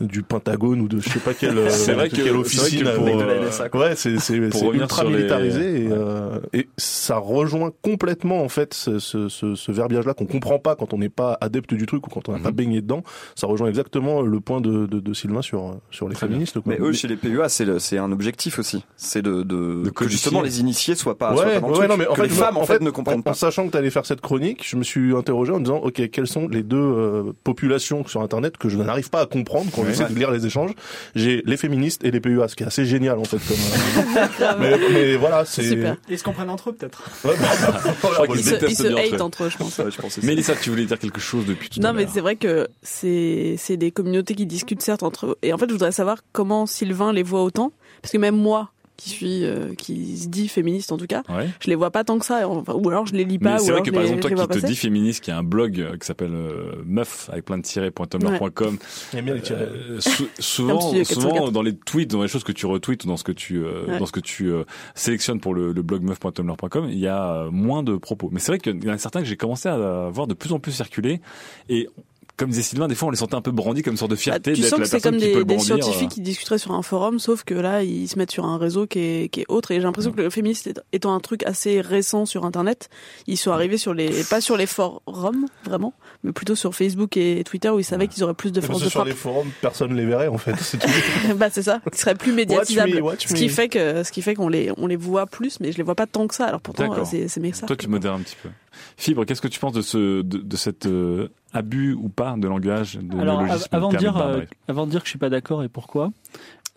S7: du Pentagone ou de je sais pas quelle euh,
S3: C'est vrai que-
S7: quelle
S3: c'est vrai que
S7: officine
S3: pour,
S7: euh,
S3: euh,
S6: de la NSA,
S7: Ouais, c'est c'est
S3: Pour
S7: c'est
S3: revenir
S7: ultra
S3: sur les-
S7: militarisé et,
S3: Ouais.
S7: euh, et ça rejoint complètement en fait ce, ce, ce, ce verbiage-là qu'on comprend pas quand on n'est pas adepte du truc ou quand on
S6: Mhm.
S7: n'a pas baigné dedans. Ça rejoint exactement le point de, de, de Sylvain sur sur les
S3: Très bien.
S7: féministes. Quoi.
S6: Mais eux, chez les PUA, c'est le- c'est un objectif aussi. C'est de, de,
S3: De
S6: que justement
S3: codifier.
S6: les initiés soient pas,
S7: Ouais,
S6: soient pas dans le
S7: ouais,
S6: truc.
S7: non, mais en
S6: que
S7: fait, je-
S6: les femmes en fait, ne comprennent
S7: en-
S6: pas.
S7: En sachant que tu allais faire cette chronique, je me suis interrogé en disant, ok, quelles sont les deux euh, populations sur Internet que je n'arrive pas à comprendre quand
S3: Ouais.
S7: j'essaie de lire les échanges J'ai les féministes et les PUA, ce qui est assez génial en fait. comme, euh,
S5: Ah,
S7: mais, mais voilà, c'est.
S5: Super.
S4: Ils se comprennent entre eux peut-être.
S7: Ouais, bah, voilà,
S3: qu'ils
S7: moi,
S5: Ils
S7: je-
S5: se,
S3: détestent
S5: ils se
S3: bien entre
S5: hate
S3: eux.
S5: entre eux, je pense.
S6: Ouais, je pensais ça.
S3: Mélissa, tu voulais dire quelque chose depuis tout à
S5: Non,
S3: l'heure.
S5: mais c'est vrai que c'est c'est des communautés qui discutent certes entre eux. Et en fait, je voudrais savoir comment Sylvain les voit autant, parce que même moi, qui suis euh, qui se dit féministe en tout cas,
S3: Ouais.
S5: je les vois pas tant que ça. Enfin, ou alors je les lis pas.
S3: Mais
S5: ou
S3: c'est vrai
S5: alors
S3: que
S5: je
S3: par
S5: les-
S3: exemple,
S5: je les
S3: toi
S5: vois
S3: qui te
S5: passer.
S3: dis féministe, qui a un blog euh, qui s'appelle euh, meuf avec plein de tirets point tumblr.com,
S7: J'aime bien les tirer.
S3: Euh, sou- souvent,
S5: Comme si, euh,
S3: souvent
S5: 404.
S3: dans les tweets, dans les choses que tu retweets ou dans ce que tu, euh,
S5: Ouais.
S3: dans ce que tu euh, sélectionnes pour le, le blog meuf.tumblr.com, il y a euh, moins de propos. Mais c'est vrai qu'il y en a certains que j'ai commencé à voir de plus en plus circuler et comme disait Sylvain, des fois on les sentait un peu brandis comme une sorte de
S5: Bah,
S3: fierté
S5: tu
S3: d'être
S5: sens
S3: la
S5: que c'est
S3: personne
S5: comme
S3: qui
S5: des,
S3: peut
S5: des
S3: brandir, euh.
S5: scientifiques qui discuteraient sur un forum, sauf que là, ils se mettent sur un réseau qui est, qui est autre. Et j'ai l'impression que le féministe est- étant un truc assez récent sur Internet, ils sont arrivés sur les, pas sur les forums, vraiment, mais plutôt sur Facebook et Twitter où ils savaient qu'ils auraient plus de force
S7: Parce
S5: de
S7: que sur
S5: frappe.
S7: les forums, personne les verrait en fait. C'est tout.
S5: bah, c'est ça, qui serait plus
S7: Watch me,
S5: médiatisable.
S7: watch
S5: Ce
S7: me.
S5: qui fait que, ce qui fait qu'on les, on les voit plus, mais je les vois pas tant que ça. Alors pourtant,
S3: D'accord.
S5: euh, c'est, c'est mes ça.
S3: Toi, tu modères un petit peu. Fibre, qu'est-ce que tu penses de ce, de, de cet euh, abus ou pas de langage, de
S4: Alors av-
S3: néologisme,
S4: avant de
S3: terme
S4: dire, euh,
S3: barbarie
S4: avant de dire que je suis pas d'accord et pourquoi.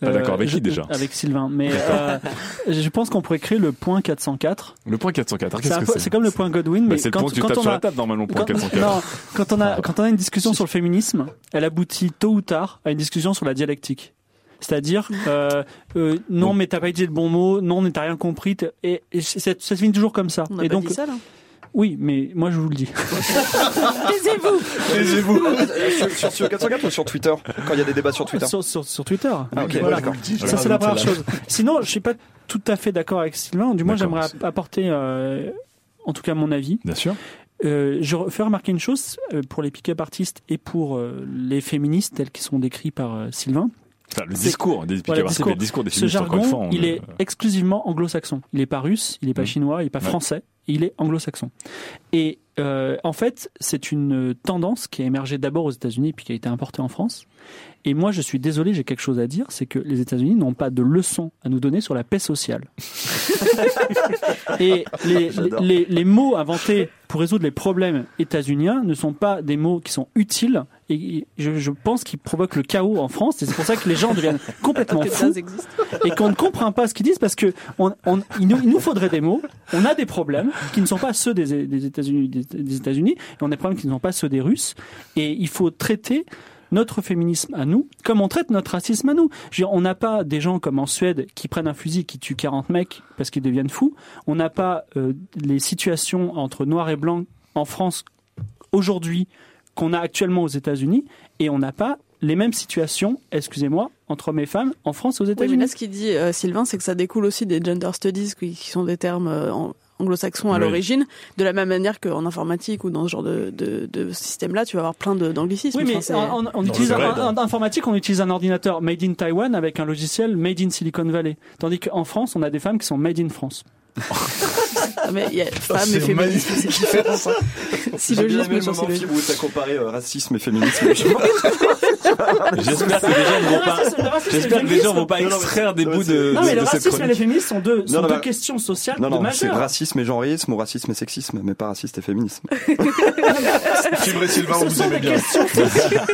S4: euh,
S3: Pas d'accord avec
S4: je-
S3: qui, déjà
S4: Avec Sylvain. Mais euh, je pense qu'on pourrait créer le point 404.
S3: Le point 404,
S4: C'est
S3: qu'est-ce
S4: un
S3: que
S4: peu-
S3: c'est
S4: C'est comme le point Godwin,
S3: Bah,
S4: mais
S3: C'est le
S4: quand,
S3: point que tu
S4: quand
S3: tapes
S4: on
S3: sur
S4: a
S3: la table normalement, le point
S4: Quand-
S3: 404.
S4: non, quand on a quand on a une discussion sur le féminisme, elle aboutit tôt ou tard à une discussion sur la dialectique. C'est-à-dire, euh, euh, non,
S3: Donc-
S4: mais t'as pas dit le bon mot, non, mais t'as rien compris, t'es- et, et c'est- ça se finit toujours comme ça.
S5: On n'a
S4: Et
S5: pas
S4: donc,
S5: dit ça, là.
S4: Oui, mais moi je vous le dis.
S5: Taisez-vous
S6: Taisez-vous Euh, sur, sur, sur 404 ou sur Twitter Quand il y a des débats sur Twitter
S4: Sur, sur- sur Twitter.
S6: Ah, ok,
S4: Voilà.
S6: d'accord.
S4: Ça, c'est la première chose. Sinon, je suis pas tout à fait d'accord avec Sylvain. Du moins,
S3: D'accord,
S4: j'aimerais
S3: c'est-
S4: apporter, euh, en tout cas, mon avis.
S3: Bien sûr.
S4: Euh, je re- fais remarquer une chose euh, pour les pick-up artistes et pour euh, les féministes tels qu'ils sont décrits par euh, Sylvain.
S3: Enfin, le
S4: C'est-
S3: discours des piquets
S4: Voilà,
S3: artistes, mais le discours des
S4: Ce
S3: féministes, encore une fois,
S4: jargon,
S3: on
S4: il
S3: le-
S4: est exclusivement anglo-saxon. Il n'est pas russe, il n'est pas
S3: Mhm.
S4: chinois, il n'est pas
S3: Ouais.
S4: français, il est anglo-saxon. Et euh, en fait, c'est une tendance qui a émergé d'abord aux États-Unis puis qui a été importée en France. Et moi, je suis désolé, j'ai quelque chose à dire, c'est que les États-Unis n'ont pas de leçons à nous donner sur la paix sociale. Et les,
S3: Ah,
S6: J'adore.
S4: les- les mots inventés pour résoudre les problèmes états-uniens ne sont pas des mots qui sont utiles. Et je, je pense qu'ils provoquent le chaos en France. Et c'est pour ça que les gens deviennent complètement
S3: Ah,
S5: Que
S4: fous
S5: Daz existe.
S4: et qu'on ne comprend pas ce qu'ils disent parce que on, on- il, nous, il nous faudrait des mots. On a des problèmes qui ne sont pas ceux des, des États-Unis, des, des États-Unis, et on a des problèmes qui ne sont pas ceux des Russes. Et il faut traiter notre féminisme à nous, comme on traite notre racisme à nous. Je veux dire, on n'a pas des gens comme en Suède qui prennent un fusil, qui tuent 40 mecs parce qu'ils deviennent fous. On n'a pas euh, les situations entre noirs et blancs en France aujourd'hui qu'on a actuellement aux États-Unis, et on n'a pas les mêmes situations, excusez-moi, entre hommes et femmes en France et aux
S5: Oui, mais
S4: États-Unis.
S5: là, ce qu'il dit euh, Sylvain, c'est que ça découle aussi des gender studies, qui, qui sont des termes euh, en- anglo-saxons à
S3: Oui.
S5: l'origine, de la même manière qu'en informatique ou dans ce genre de, de, de système-là, tu vas avoir plein de- d'anglicismes.
S4: Oui, mais
S5: Enfin, c'est-
S4: en, en- on
S7: le
S4: utilise un-
S7: raid.
S4: un- en informatique, on utilise un ordinateur made in Taiwan avec un logiciel made in Silicon Valley. Tandis qu'en France, on a des femmes qui sont made in France.
S5: Ah, mais il y a femme et
S7: Oh, c'est
S5: féminisme, c'est différent. ça. Syllogisme sur syllogisme.
S6: où t'as comparé euh, racisme et féminisme. Je pense
S3: J'espère que les gens ne vont pas. J'espère que les gens vont pas
S6: Non, non, mais-
S3: extraire des
S6: non, mais
S3: bouts
S6: c'est-
S3: de,
S4: Non, mais
S3: de,
S4: le
S3: de cette
S4: racisme et le
S3: chronique.
S4: féminisme sont deux, sont
S6: Non, non,
S4: deux
S6: mais-
S4: questions sociales
S6: non,
S4: de
S6: non, c'est
S4: majeures.
S6: racisme et genreisme ou racisme et sexisme, mais pas raciste et féminisme.
S7: Fibre et Sylvain, on
S4: Ce
S7: vous
S4: sont
S7: aimez
S4: des
S7: bien.
S4: questions sociales.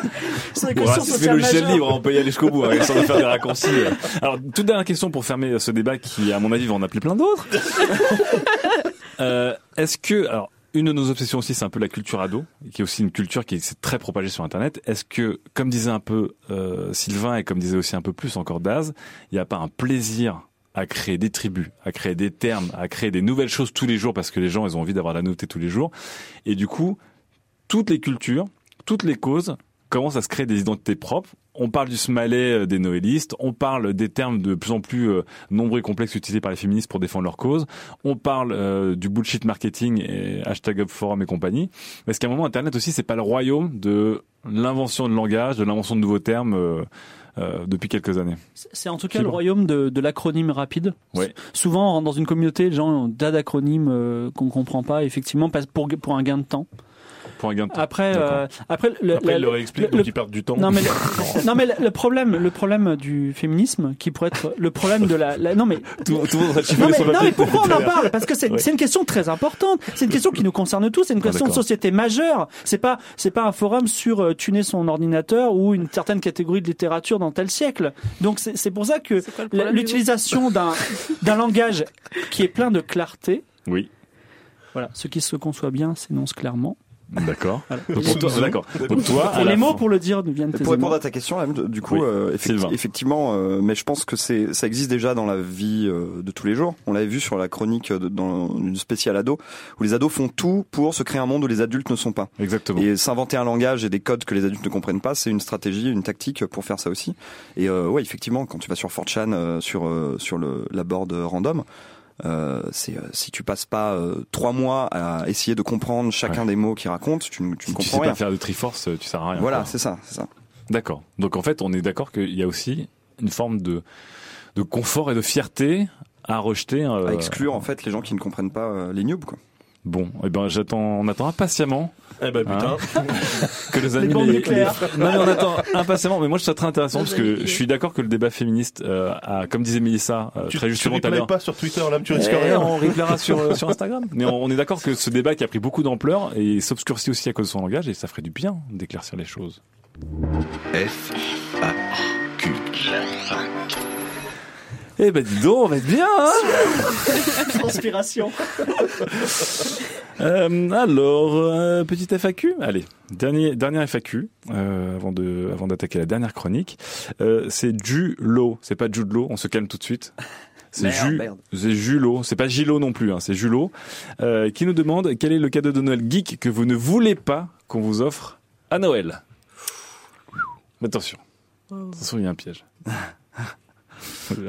S4: Ce sont des
S3: Ou
S4: questions
S3: racisme et
S4: sociales
S3: logiciel
S4: majeures.
S3: libre, on peut y aller jusqu'au bout, hein, sans faire des raccourcis. euh. Alors, toute dernière question pour fermer euh, ce débat qui, à mon avis, va en appeler plein d'autres. Euh, Est-ce que, alors, une de nos obsessions aussi, c'est un peu la culture ado, qui est aussi une culture qui s'est très propagée sur Internet. Est-ce que, comme disait un peu euh, Sylvain et comme disait aussi un peu plus encore Daz, il n'y a pas un plaisir à créer des tribus, à créer des termes, à créer des nouvelles choses tous les jours parce que les gens, ils ont envie d'avoir de la nouveauté tous les jours. Et du coup, toutes les cultures, toutes les causes commencent à se créer des identités propres. On parle du smiley euh, des noëlistes, on parle des termes de plus en plus euh, nombreux et complexes utilisés par les féministes pour défendre leur cause, on parle euh, du bullshit marketing et hashtag up forum et compagnie. Parce qu'à un moment, Internet aussi, c'est pas le royaume de l'invention de langage, de l'invention de nouveaux termes euh, euh, depuis quelques années.
S4: C'est en tout cas
S3: C'est
S4: le
S3: bon.
S4: royaume de, de l'acronyme rapide.
S3: Ouais.
S4: Souvent, on rentre dans une communauté, les gens ont tas d'acronymes euh, qu'on comprend pas, effectivement, parce- pour, pour un gain de temps.
S3: Pour un gain de temps.
S4: Après,
S3: D'accord.
S4: euh, après, le-
S7: Après,
S4: la-
S7: il leur explique,
S4: le-
S7: donc
S4: le-
S7: ils perdent du temps.
S4: Non mais, le, non, mais le, le problème, le problème du féminisme, qui pourrait être le problème de la, la- non mais,
S3: Tout, tout le monde va chiffrer
S4: non mais,
S3: sur
S4: non,
S3: papier
S4: mais pourquoi
S3: tout
S4: on
S3: à
S4: en
S3: l'heure.
S4: parle Parce que c'est
S3: Ouais. Ah,
S4: c'est une question très importante. C'est une question qui nous concerne tous. C'est une question de
S3: d'accord.
S4: société majeure. C'est pas, c'est pas un forum sur euh, tuner son ordinateur ou une certaine catégorie de littérature dans tel siècle. Donc c'est c'est pour ça que
S5: C'est quoi le
S4: la-
S5: problème du
S4: l'utilisation d'un d'un langage qui est plein de clarté.
S3: Oui,
S4: Voilà, ce qui se conçoit bien s'énonce clairement.
S3: d'accord.
S4: Voilà.
S3: Donc, pour toi- D'accord. Donc toi, à
S4: Et
S3: la
S4: les mots
S3: fin-
S4: pour le dire viennent tes
S6: Pour répondre à ta question, Am, du coup,
S3: Oui,
S6: euh, effecti-
S3: Sylvain.
S6: effectivement, euh, mais je pense que c'est ça existe déjà dans la vie euh, de tous les jours. On l'avait vu sur la chronique euh, de- dans une spéciale ado, où les ados font tout pour se créer un monde où les adultes ne sont pas.
S3: Exactement.
S6: Et s'inventer un langage et des codes que les adultes ne comprennent pas, c'est une stratégie, une tactique pour faire ça aussi. Et euh, ouais, effectivement, quand tu vas sur 4chan, euh, sur euh, sur le, la board euh, random, euh, c'est euh, si tu passes pas euh, trois mois à essayer de comprendre chacun des mots qu'ils racontent, tu, ne- tu
S3: Si
S6: ne
S3: tu sais
S6: comprends
S3: pas
S6: rien.
S3: faire de Triforce, euh, tu sers à rien.
S6: Voilà,
S3: quoi.
S6: c'est ça, c'est ça.
S3: D'accord. Donc en fait, on est d'accord qu'il y a aussi une forme de, de confort et de fierté à rejeter. euh,
S6: À exclure en fait les gens qui ne comprennent pas euh, les noobs quoi.
S3: Bon, eh ben j'attends, on attend impatiemment
S7: Eh ben putain.
S3: que les amis.
S4: bombes
S3: les-
S4: nucléaires.
S3: les- Non mais on attend impatiemment. Mais moi, je trouve ça très intéressant parce que
S5: amis.
S3: je suis d'accord que le débat féministe, euh, a, comme disait Mélissa euh,
S7: Tu,
S3: très
S7: tu
S3: justement tout à
S7: replies
S3: l'heure,
S7: pas sur Twitter, là, tu
S3: Eh,
S7: risques rien.
S3: on réglera sur, euh, sur Instagram. Mais on, on est d'accord que ce débat qui a pris beaucoup d'ampleur et s'obscurcit aussi à cause de son langage et ça ferait du bien d'éclaircir les choses.
S1: F, A, Q.
S3: Eh ben dis donc, on va être bien. hein
S4: Inspiration.
S3: Euh, alors, euh, petite FAQ. Allez, dernier, dernière FAQ euh, avant de, avant d'attaquer la dernière chronique. Euh, c'est Julo. C'est pas Jude Law, On se calme tout de suite. C'est
S6: Merde,
S3: Ju-
S6: merde.
S3: c'est Julo, c'est pas Gilo non plus, hein, c'est Julo, euh, qui nous demande quel est le cadeau de Noël geek que vous ne voulez pas qu'on vous offre à Noël. Attention,
S6: Oh.
S3: attention, il y a un piège.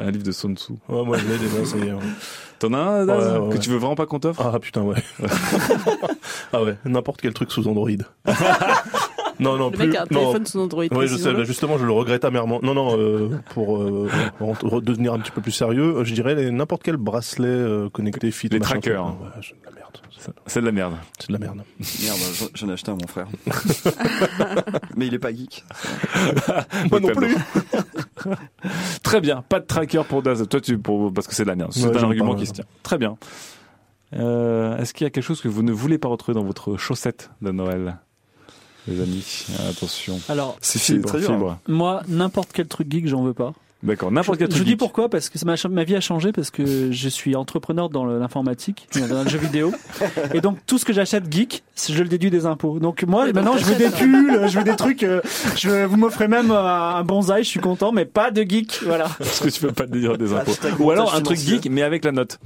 S3: un livre de Sun Tzu.
S7: Ouais, moi, je l'ai déjà, ça y est, ouais.
S3: T'en as un Daz,
S7: Ouais, ouais, ouais.
S3: que tu veux vraiment pas qu'on t'offre
S7: Ah putain, ouais. ah ouais, n'importe quel truc sous Android. non, non,
S5: Le
S7: plus.
S5: mec a un
S7: non.
S5: téléphone sous Android.
S7: Ouais, je sais,
S5: précisons-le.
S7: bah, justement, je le regrette amèrement. Non, non, euh, pour euh, rent- redevenir un petit peu plus sérieux, euh, je dirais les- n'importe quel bracelet euh, connecté fit.
S3: Les
S7: machin,
S3: trackers.
S7: truc. Ouais, c'est de la merde. C'est-
S3: C'est de la merde.
S7: C'est de la merde.
S6: Merde, j'en- j'en ai acheté à mon frère. Mais il est pas geek.
S3: Moi non plus. Très bien, pas de tracker pour Daz. Toi, tu pour parce que c'est de la merde. C'est
S7: Ouais,
S3: un
S7: j'en
S3: argument
S7: parle.
S3: qui se tient. Très bien. Euh, Est-ce qu'il y a quelque chose que vous ne voulez pas retrouver dans votre chaussette de Noël, les amis Attention.
S4: Alors,
S6: C'est
S4: moi, n'importe quel truc geek, j'en veux pas.
S3: D'accord. N'importe quel
S4: je,
S3: truc.
S4: dis
S3: geek.
S4: pourquoi parce que ça m'a cha- ma vie a changé parce que je suis entrepreneur dans le- l'informatique, dans le jeu vidéo, et donc tout ce que j'achète geek, c'est- je le déduis des impôts. Donc moi
S5: Et donc,
S4: maintenant je veux des
S5: t'achètes,
S4: pulls, je veux des trucs, euh, je veux- vous m'offrez même euh, un bonsaï, je suis content, mais pas de geek, voilà.
S3: Parce que tu peux pas te dire des impôts.
S6: Hashtag
S3: Ou alors
S6: montage
S3: un truc
S6: financier.
S3: geek, mais avec la note.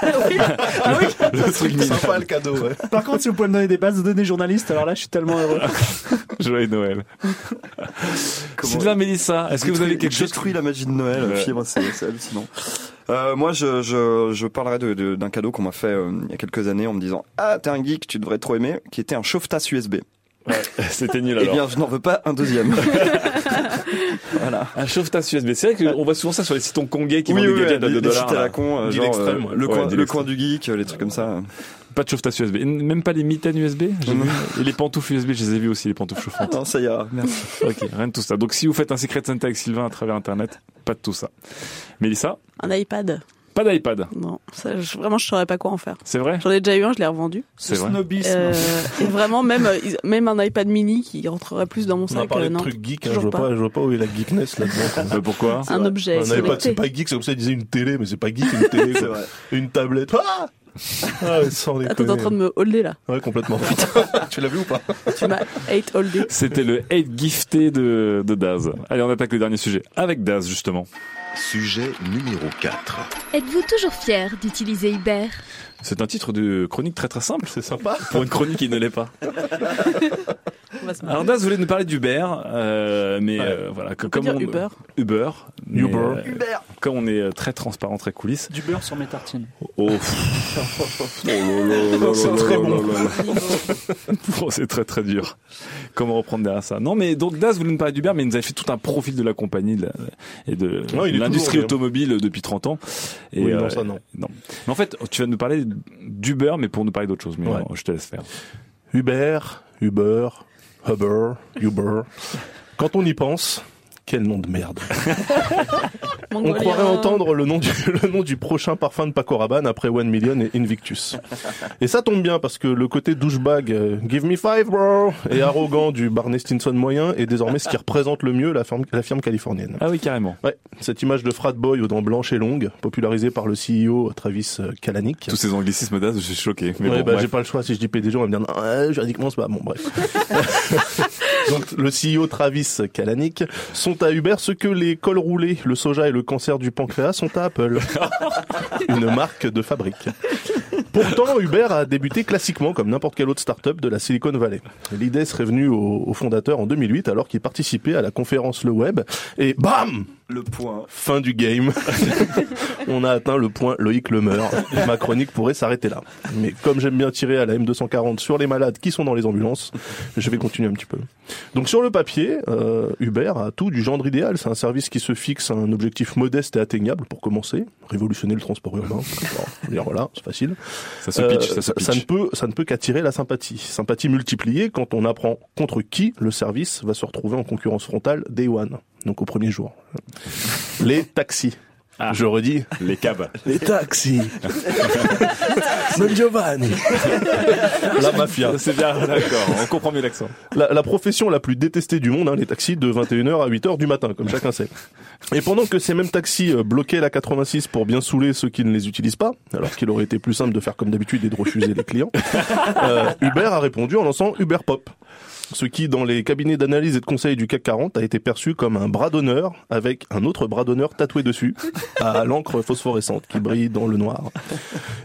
S4: Ah oui.
S3: Le truc
S7: C'est
S3: minable.
S7: sympa le cadeau, ouais.
S4: Par contre, si vous pouvez me donner des bases de données journalistes, alors là je suis tellement
S3: Ah,
S4: heureux.
S3: Joyeux Noël. C'est
S6: Comment-
S3: bien, Mélissa. Est-ce que vous
S6: Détruit-
S3: avez quelque chose
S6: détruit la magie de Noël,
S3: Ouais.
S6: fibre, c'est c'est hallucinant. Euh, moi, je, je, je parlerai de- de- d'un cadeau qu'on m'a fait euh, il y a quelques années en me disant Ah, t'es un geek, tu devrais trop aimer, qui était un chauffe-tasse USB.
S3: C'était nul
S6: Eh
S3: alors.
S6: bien, je n'en veux pas un deuxième. voilà.
S3: Un chauffe-tasse USB. C'est vrai qu'on voit souvent ça sur les sites hongkongais qui
S6: oui,
S3: vendent
S6: oui,
S3: des gadgets à 2
S6: les- les
S3: dollars.
S6: sites à la
S3: là.
S6: con, euh,
S7: Deal
S6: genre, euh,
S7: extrême, ouais.
S6: le,
S3: Ouais,
S6: coin,
S3: deal
S6: le
S3: extrême.
S6: coin du geek, euh, les trucs comme ça.
S3: Pas de chauffe-tasse USB. N- Même pas les mitaines USB. j'ai vu. Et les pantoufles USB, je les ai vus aussi, les pantoufles chauffantes.
S6: Non, ça ira, merci.
S3: ok, rien de tout ça. Donc si vous faites un secret Santa avec Sylvain à travers Internet, pas de tout ça. Mélissa,
S5: Un iPad.
S3: pas d'iPad.
S5: Non, ça, je- vraiment, je saurais pas quoi en faire.
S3: C'est vrai
S5: J'en ai déjà eu un, je l'ai revendu.
S3: C'est vrai.
S4: Snobisme.
S5: Euh, et vraiment, même, euh, ils- même un iPad mini qui rentrerait plus dans mon
S7: On a
S5: sac. euh,
S7: parlé de
S5: non.
S7: trucs geeks, hein, je,
S5: toujours
S7: vois
S5: pas.
S7: pas, je vois pas où est la geekness là-dedans.
S3: Euh, Pourquoi
S5: Un objet.
S7: On avait pas,
S5: connecté.
S7: c'est pas geek, c'est comme ça, il disait une télé, mais c'est pas geek, une télé,
S6: C'est
S7: quoi.
S6: vrai.
S7: une tablette. Ah, ah ouais, sans
S5: Attends, t'es en train de
S7: déconner.
S5: me holder là.
S7: Ouais, complètement. tu l'as vu ou pas
S5: Tu m'as hate holdé.
S3: C'était le hate gifté de, de Daz. Allez, on attaque le dernier sujet. Avec Daz, justement.
S1: Sujet numéro 4.
S8: Êtes-vous toujours fier d'utiliser Uber
S3: C'est un titre de chronique très très simple.
S7: C'est sympa.
S3: Pour une chronique, il ne l'est pas.
S5: On va se marrer.
S3: Alors Daz voulait nous parler d'Uber, euh, mais
S7: Ouais.
S3: euh, voilà, que-
S5: On peut
S3: comme
S5: dire
S3: on-
S5: Uber.
S3: Uber, mais,
S7: Uber.
S3: euh, Comme on est euh, très transparent, très coulisses.
S4: Du beurre sur mes tartines.
S3: Oh,
S7: C'est très bon.
S3: Oh, c'est très très dur. Comment reprendre derrière ça Non, mais donc Daz voulait nous parler d'Uber, mais il nous avait fait tout un profil de la compagnie de la- et de
S7: Ouais, il est
S3: l'industrie
S7: toujours,
S3: automobile depuis 30 ans. Et,
S7: Oui, non,
S3: euh,
S7: ça, non.
S3: Mais en fait, tu vas nous parler d'Uber, mais pour nous parler d'autre chose. Mais
S7: Ouais.
S3: non, je te laisse faire.
S7: Uber, Uber, Uber, Uber. Quand on y pense, quel nom de merde. On
S5: Mongolien.
S7: croirait entendre le nom du, le nom du prochain parfum de Paco Rabanne après One Million et Invictus. Et ça tombe bien parce que le côté douchebag, euh, give me five bro, et arrogant du Barney Stinson moyen est désormais ce qui représente le mieux la firme, la firme californienne.
S3: Ah oui, carrément.
S7: Ouais, cette image de frat boy aux dents blanches et longues, popularisée par le CEO Travis euh, Kalanick.
S3: Tous ces anglicismes Daz, je suis choqué. Mais
S7: Ouais,
S3: bon,
S7: bah,
S3: bref.
S7: j'ai pas le choix. Si je dis PDG, on va me dire, non, ouais, juridiquement, c'est pas bon, bref. Donc, le CEO Travis Kalanick sont à Uber ce que les cols roulés, le soja et le cancer du pancréas sont à Apple. Une marque de fabrique. Pourtant, Uber a débuté classiquement comme n'importe quelle autre start-up de la Silicon Valley. L'idée serait venue au, au fondateur en 2008 alors qu'il participait à la conférence Le Web et bam!
S6: Le point.
S7: Fin du game. On a atteint le point Loïc le meurt. Et Ma chronique pourrait s'arrêter là. Mais comme j'aime bien tirer à la M240 sur les malades qui sont dans les ambulances, je vais continuer un petit peu. Donc sur le papier, euh, Uber a tout du genre idéal. C'est un service qui se fixe un objectif modeste et atteignable pour commencer. Révolutionner le transport urbain. Alors, je veux dire, voilà, c'est facile.
S3: ça se pitch,
S7: Euh,
S3: ça se pitch.
S7: ne peut, ça ne peut qu'attirer la sympathie. Sympathie multipliée quand on apprend contre qui le service va se retrouver en concurrence frontale day one, donc au premier jour. Les taxis. Je redis,
S3: Les cabs.
S7: les taxis. Don Giovanni. La mafia.
S3: C'est bien, d'accord. On comprend mieux l'accent.
S7: La, la profession la plus détestée du monde, hein, les taxis de 21h à 8h du matin, comme chacun sait. Et pendant que ces mêmes taxis euh, bloquaient la 86 pour bien saouler ceux qui ne les utilisent pas, alors qu'il aurait été plus simple de faire comme d'habitude et de refuser les clients, euh, Uber a répondu en lançant Uber Pop. Ce qui, dans les cabinets d'analyse et de conseil du CAC 40, a été perçu comme un bras d'honneur avec un autre bras d'honneur tatoué dessus, à l'encre phosphorescente qui brille dans le noir.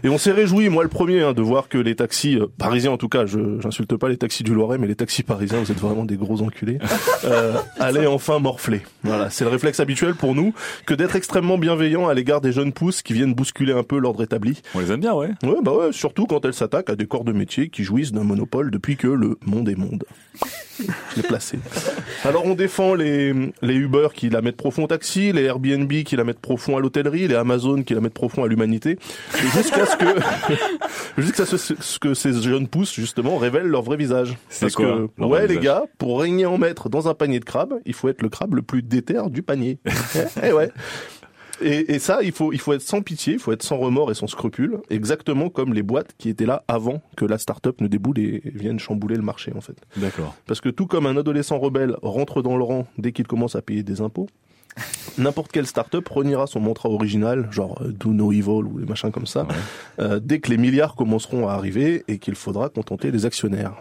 S7: Et on s'est réjoui, moi le premier, hein, de voir que les taxis euh, parisiens, en tout cas, je j'insulte pas les taxis du Loiret, mais les taxis parisiens, vous êtes vraiment des gros enculés, euh, allaient enfin morfler. Voilà, c'est le réflexe habituel pour nous que d'être extrêmement bienveillant à l'égard des jeunes pousses qui viennent bousculer un peu l'ordre établi.
S3: On les aime bien, ouais.
S7: Ouais, bah ouais, surtout quand elles s'attaquent à des corps de métier qui jouissent d'un monopole depuis que le monde est monde. Je l'ai placé. Alors on défend les, les Uber qui la mettent profond au taxi, les Airbnb qui la mettent profond à l'hôtellerie, les Amazon qui la mettent profond à l'humanité, jusqu'à ce que jusqu'à ce, ce que ces jeunes pousses justement révèlent leur vrai visage.
S3: C'est quoi,
S7: que
S3: leur
S7: ouais
S3: vrai
S7: les
S3: visage
S7: gars, pour régner en maître dans un panier de crabes, il faut être le crabe le plus déter du panier. Eh ouais. Et, et ça, il faut, il faut être sans pitié, il faut être sans remords et sans scrupule, exactement comme les boîtes qui étaient là avant que la start-up ne déboule et vienne chambouler le marché, en fait.
S3: D'accord.
S7: Parce que tout comme un adolescent rebelle rentre dans le rang dès qu'il commence à payer des impôts, n'importe quelle start-up reniera son mantra original, genre euh, Do No Evil ou des machins comme ça, euh, dès que les milliards commenceront à arriver et qu'il faudra contenter les actionnaires.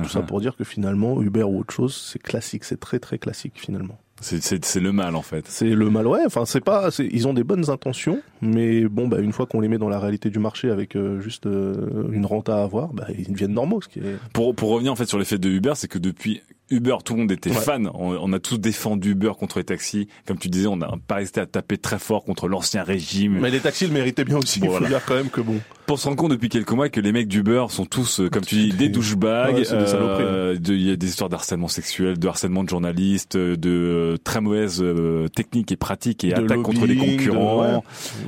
S7: Tout ça pour dire que finalement, Uber ou autre chose, c'est classique, c'est très très classique finalement.
S3: C'est- C'est c'est le mal, en fait.
S7: C'est le mal, ouais. Enfin, c'est pas, c'est- ils ont des bonnes intentions, mais bon, bah, une fois qu'on les met dans la réalité du marché avec euh, juste euh, une rente à avoir, bah, ils deviennent normaux, ce qui est
S3: Pour, pour revenir en fait sur l'effet de Uber, c'est que depuis Uber, tout le monde était
S7: Ouais.
S3: fan. On, on a tous défendu Uber contre les taxis. Comme tu disais, on n'a pas resté à taper très fort contre l'ancien régime.
S7: Mais les taxis le méritaient bien aussi.
S3: Bon,
S7: il faut
S3: voilà.
S7: dire quand même que bon.
S3: Pour se rendre compte depuis quelques mois que les mecs d'Uber sont tous, euh, comme tu dis, des douchebags.
S7: Ouais, c'est des saloperies,
S3: euh, de- Il y a des histoires d'harcèlement sexuel, de harcèlement de journalistes, euh, de euh, très mauvaises euh, techniques et pratiques et
S7: de
S3: attaques contre les
S7: lobbying, de-
S3: concurrents.
S7: ouais.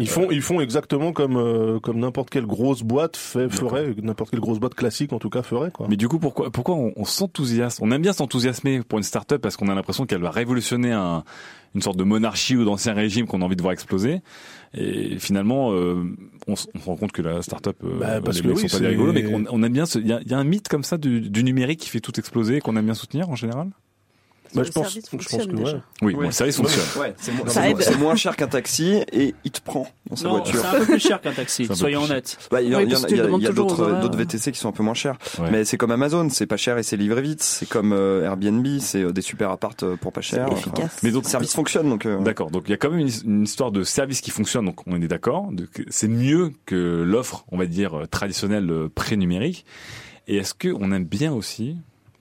S7: Ils font, ils font exactement comme euh, comme n'importe quelle grosse boîte fait, ferait, n'importe quelle grosse boîte classique en tout cas ferait quoi.
S3: Mais du coup, pourquoi, pourquoi on, on s'enthousiasme On aime bien s'enthousiasmer pour une start-up parce qu'on a l'impression qu'elle va révolutionner un- une sorte de monarchie ou d'ancien régime qu'on a envie de voir exploser. Et finalement, euh, on, s- on se rend compte que la start-up, euh,
S7: Bah, parce
S3: les
S7: que
S3: mecs
S7: oui,
S3: sont pas des
S7: c'est-
S3: rigolos, mais qu'on- on, aime bien. ce- Il y a, il y a un mythe comme ça du, du numérique qui fait tout exploser et qu'on aime bien soutenir en général.
S7: Bah,
S5: Le service fonctionne déjà.
S3: Oui, bon, ça, ils fonctionnent.
S6: Ouais, c'est moins-
S5: Ça
S6: c'est
S5: aide.
S6: moins- c'est moins cher qu'un taxi et il te prend dans sa
S4: Non, c'est
S6: voiture.
S4: un peu plus cher qu'un taxi,
S3: C'est un peu
S4: soyons
S3: plus cher.
S4: honnêtes.
S6: Bah, il y, en-
S5: Oui,
S6: il y en
S5: parce
S6: a-
S5: que
S6: il y
S5: tu
S6: a- il
S5: demandes
S6: y a
S5: toujours aux
S6: d'autres
S5: horaires.
S6: d'autres VTC qui sont un peu moins chers.
S3: Ouais.
S6: Mais c'est comme Amazon, c'est pas cher et c'est livré vite. C'est comme euh, Airbnb, c'est euh, des super appartes euh, pour pas cher. Enfin,
S5: efficace.
S3: Mais
S6: le
S3: donc,
S6: service fonctionne donc. euh,
S3: D'accord. Donc il y a quand même une, une histoire de service qui fonctionne. Donc on est d'accord. Donc, C'est mieux que l'offre, on va dire euh, traditionnelle euh, pré-numérique. Et est-ce que on aime bien aussi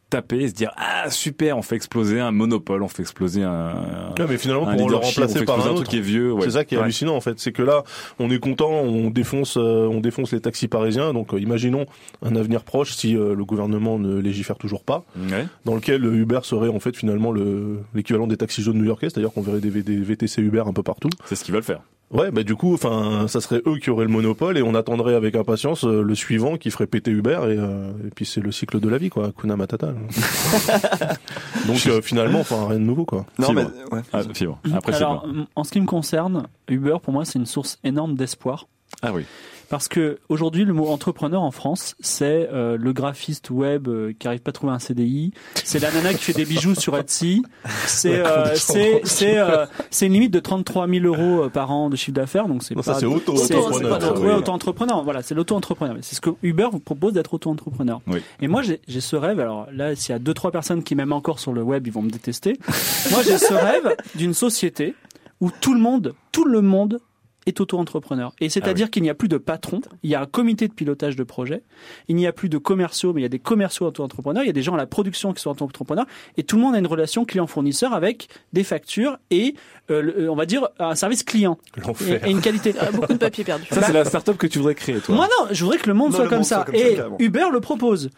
S3: taper et se dire ah super, on fait exploser un monopole, on fait exploser un,
S7: Ouais, mais finalement
S3: un
S7: pour le
S3: leadership, on fait
S7: remplacer par
S3: exploser
S7: un
S3: un
S7: autre.
S3: truc qui est vieux. ouais.
S7: C'est ça qui est
S3: Ouais.
S7: hallucinant en fait, c'est que là, on est content, on défonce, euh, on défonce les taxis parisiens. Donc, euh, imaginons un avenir proche si euh, le gouvernement ne légifère toujours pas,
S3: Ouais.
S7: dans lequel euh, Uber serait en fait finalement le- l'équivalent des taxis jaunes new-yorkais, c'est-à-dire qu'on verrait des, V- des VTC Uber un peu partout.
S3: C'est ce qu'ils veulent faire.
S7: Ouais, bah du coup, enfin, ça serait eux qui auraient le monopole et on attendrait avec impatience euh, le suivant qui ferait péter Uber et, euh, et puis c'est le cycle de la vie quoi, Kuna Matata. Donc euh, finalement, enfin rien de nouveau quoi.
S6: Non, mais
S3: Fibre.
S6: ouais.
S3: Ah,
S7: Mhm.
S3: fibre. Après c'est
S4: Alors,
S3: bon.
S4: m- en ce qui me concerne, Uber, pour moi, c'est une source énorme d'espoir.
S3: Ah oui.
S4: Parce que aujourd'hui, le mot entrepreneur en France, c'est euh, le graphiste web euh, qui arrive pas à trouver un CDI, c'est la nana qui fait des bijoux sur Etsy, c'est euh, c'est c'est euh, c'est une limite de 33 000 euros euh, par an de chiffre d'affaires, donc c'est
S7: Non, ça
S4: pas
S7: c'est auto
S4: c'est
S5: auto-entrepreneur,
S4: c'est pas trop- ouais,
S7: oui.
S4: auto-entrepreneur. Voilà, c'est l'auto-entrepreneur. Mais C'est ce que Uber vous propose d'être auto-entrepreneur.
S3: Oui.
S4: Et moi, j'ai j'ai ce rêve. Alors là, s'il y a deux trois personnes qui m'aiment encore sur le web, ils vont me détester. moi, j'ai ce rêve d'une société où tout le monde, tout le monde est auto-entrepreneur. Et c'est-à-dire qu'il n'y a plus de patron, il y a un comité de pilotage de projet, il n'y a plus de commerciaux, mais il y a des commerciaux auto-entrepreneurs, il y a des gens à la production qui sont auto-entrepreneurs, et tout le monde a une relation client-fournisseur avec des factures et, euh, le- on va dire, un service client et,
S7: L'enfer.
S4: et une qualité.
S5: Beaucoup de Bah, papier perdu.
S4: Bah,
S3: Ça c'est la start-up que tu voudrais créer toi.
S4: Moi non, je voudrais que le monde
S6: Non,
S4: soit
S6: le
S4: comme
S6: monde
S4: ça.
S6: soit comme ça,
S4: et
S6: carrément.
S4: Uber le propose.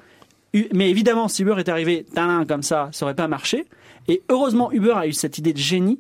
S4: U- Mais évidemment, si Uber est arrivé talin comme ça, ça aurait pas marché. Et heureusement, Uber a eu cette idée de génie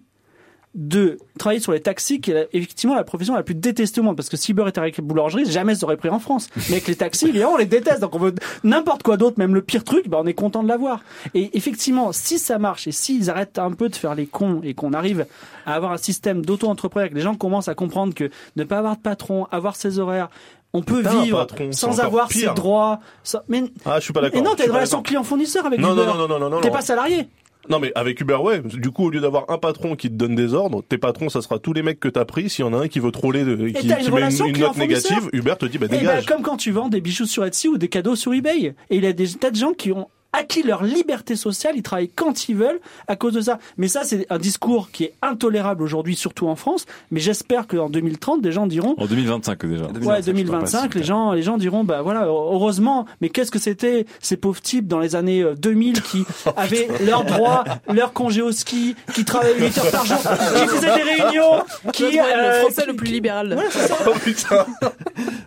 S4: de travailler sur les taxis, qui est la- effectivement la profession la plus détestée au monde. Parce que si Uber était avec les boulangeries, jamais ça aurait pris en France. Mais avec les taxis, évidemment, on les déteste. Donc on veut n'importe quoi d'autre, même le pire truc, bah, on est content de l'avoir. Et effectivement, si ça marche et s'ils arrêtent un peu de faire les cons et qu'on arrive à avoir un système d'auto-entrepreneur, que les gens commencent à comprendre que ne pas avoir de patron, avoir ses horaires, on peut
S7: T'as un
S4: vivre
S7: patron, c'est
S4: sans
S7: encore
S4: avoir
S7: pire.
S4: ses droits. sans- Mais,
S7: Ah, je suis pas d'accord.
S4: mais non,
S7: je
S4: t'as
S7: suis
S4: une
S7: pas
S4: relation
S7: d'accord.
S4: client-fournisseur avec
S7: Non,
S4: Uber.
S7: non, non, non, non, non,
S4: T'es
S7: non.
S4: pas salarié.
S7: Non, mais avec Uber, ouais. Du coup, au lieu d'avoir un patron qui te donne des ordres, tes patrons, ça sera tous les mecs que t'as pris. S'il y en a un qui veut troller, de- qui, qui
S4: t'as une
S7: met
S4: relation
S7: une, une note
S4: client-fournisseur
S7: négative, Uber te dit, bah,
S4: Et ben,
S7: dégage.
S4: comme quand tu vends des bijoux sur Etsy ou des cadeaux sur eBay. Et il y a des tas de gens qui ont acquis leur liberté sociale, ils travaillent quand ils veulent à cause de ça. Mais ça, c'est un discours qui est intolérable aujourd'hui, surtout en France. Mais j'espère qu'en 2030, des gens diront
S5: Ah,
S3: En 2025 déjà.
S4: Ouais, 2025, les gens, les gens diront, bah voilà, heureusement, mais qu'est-ce que c'était ces pauvres types dans les années euh, 2000 qui
S5: Oh,
S4: avaient leurs droits, leur congé au ski, qui travaillaient 8 heures par jour, qui faisaient des réunions, qui.
S5: Qui est
S4: euh,
S5: le français
S4: qui-
S5: le plus libéral.
S4: Voilà, c'est ça.
S6: Oh putain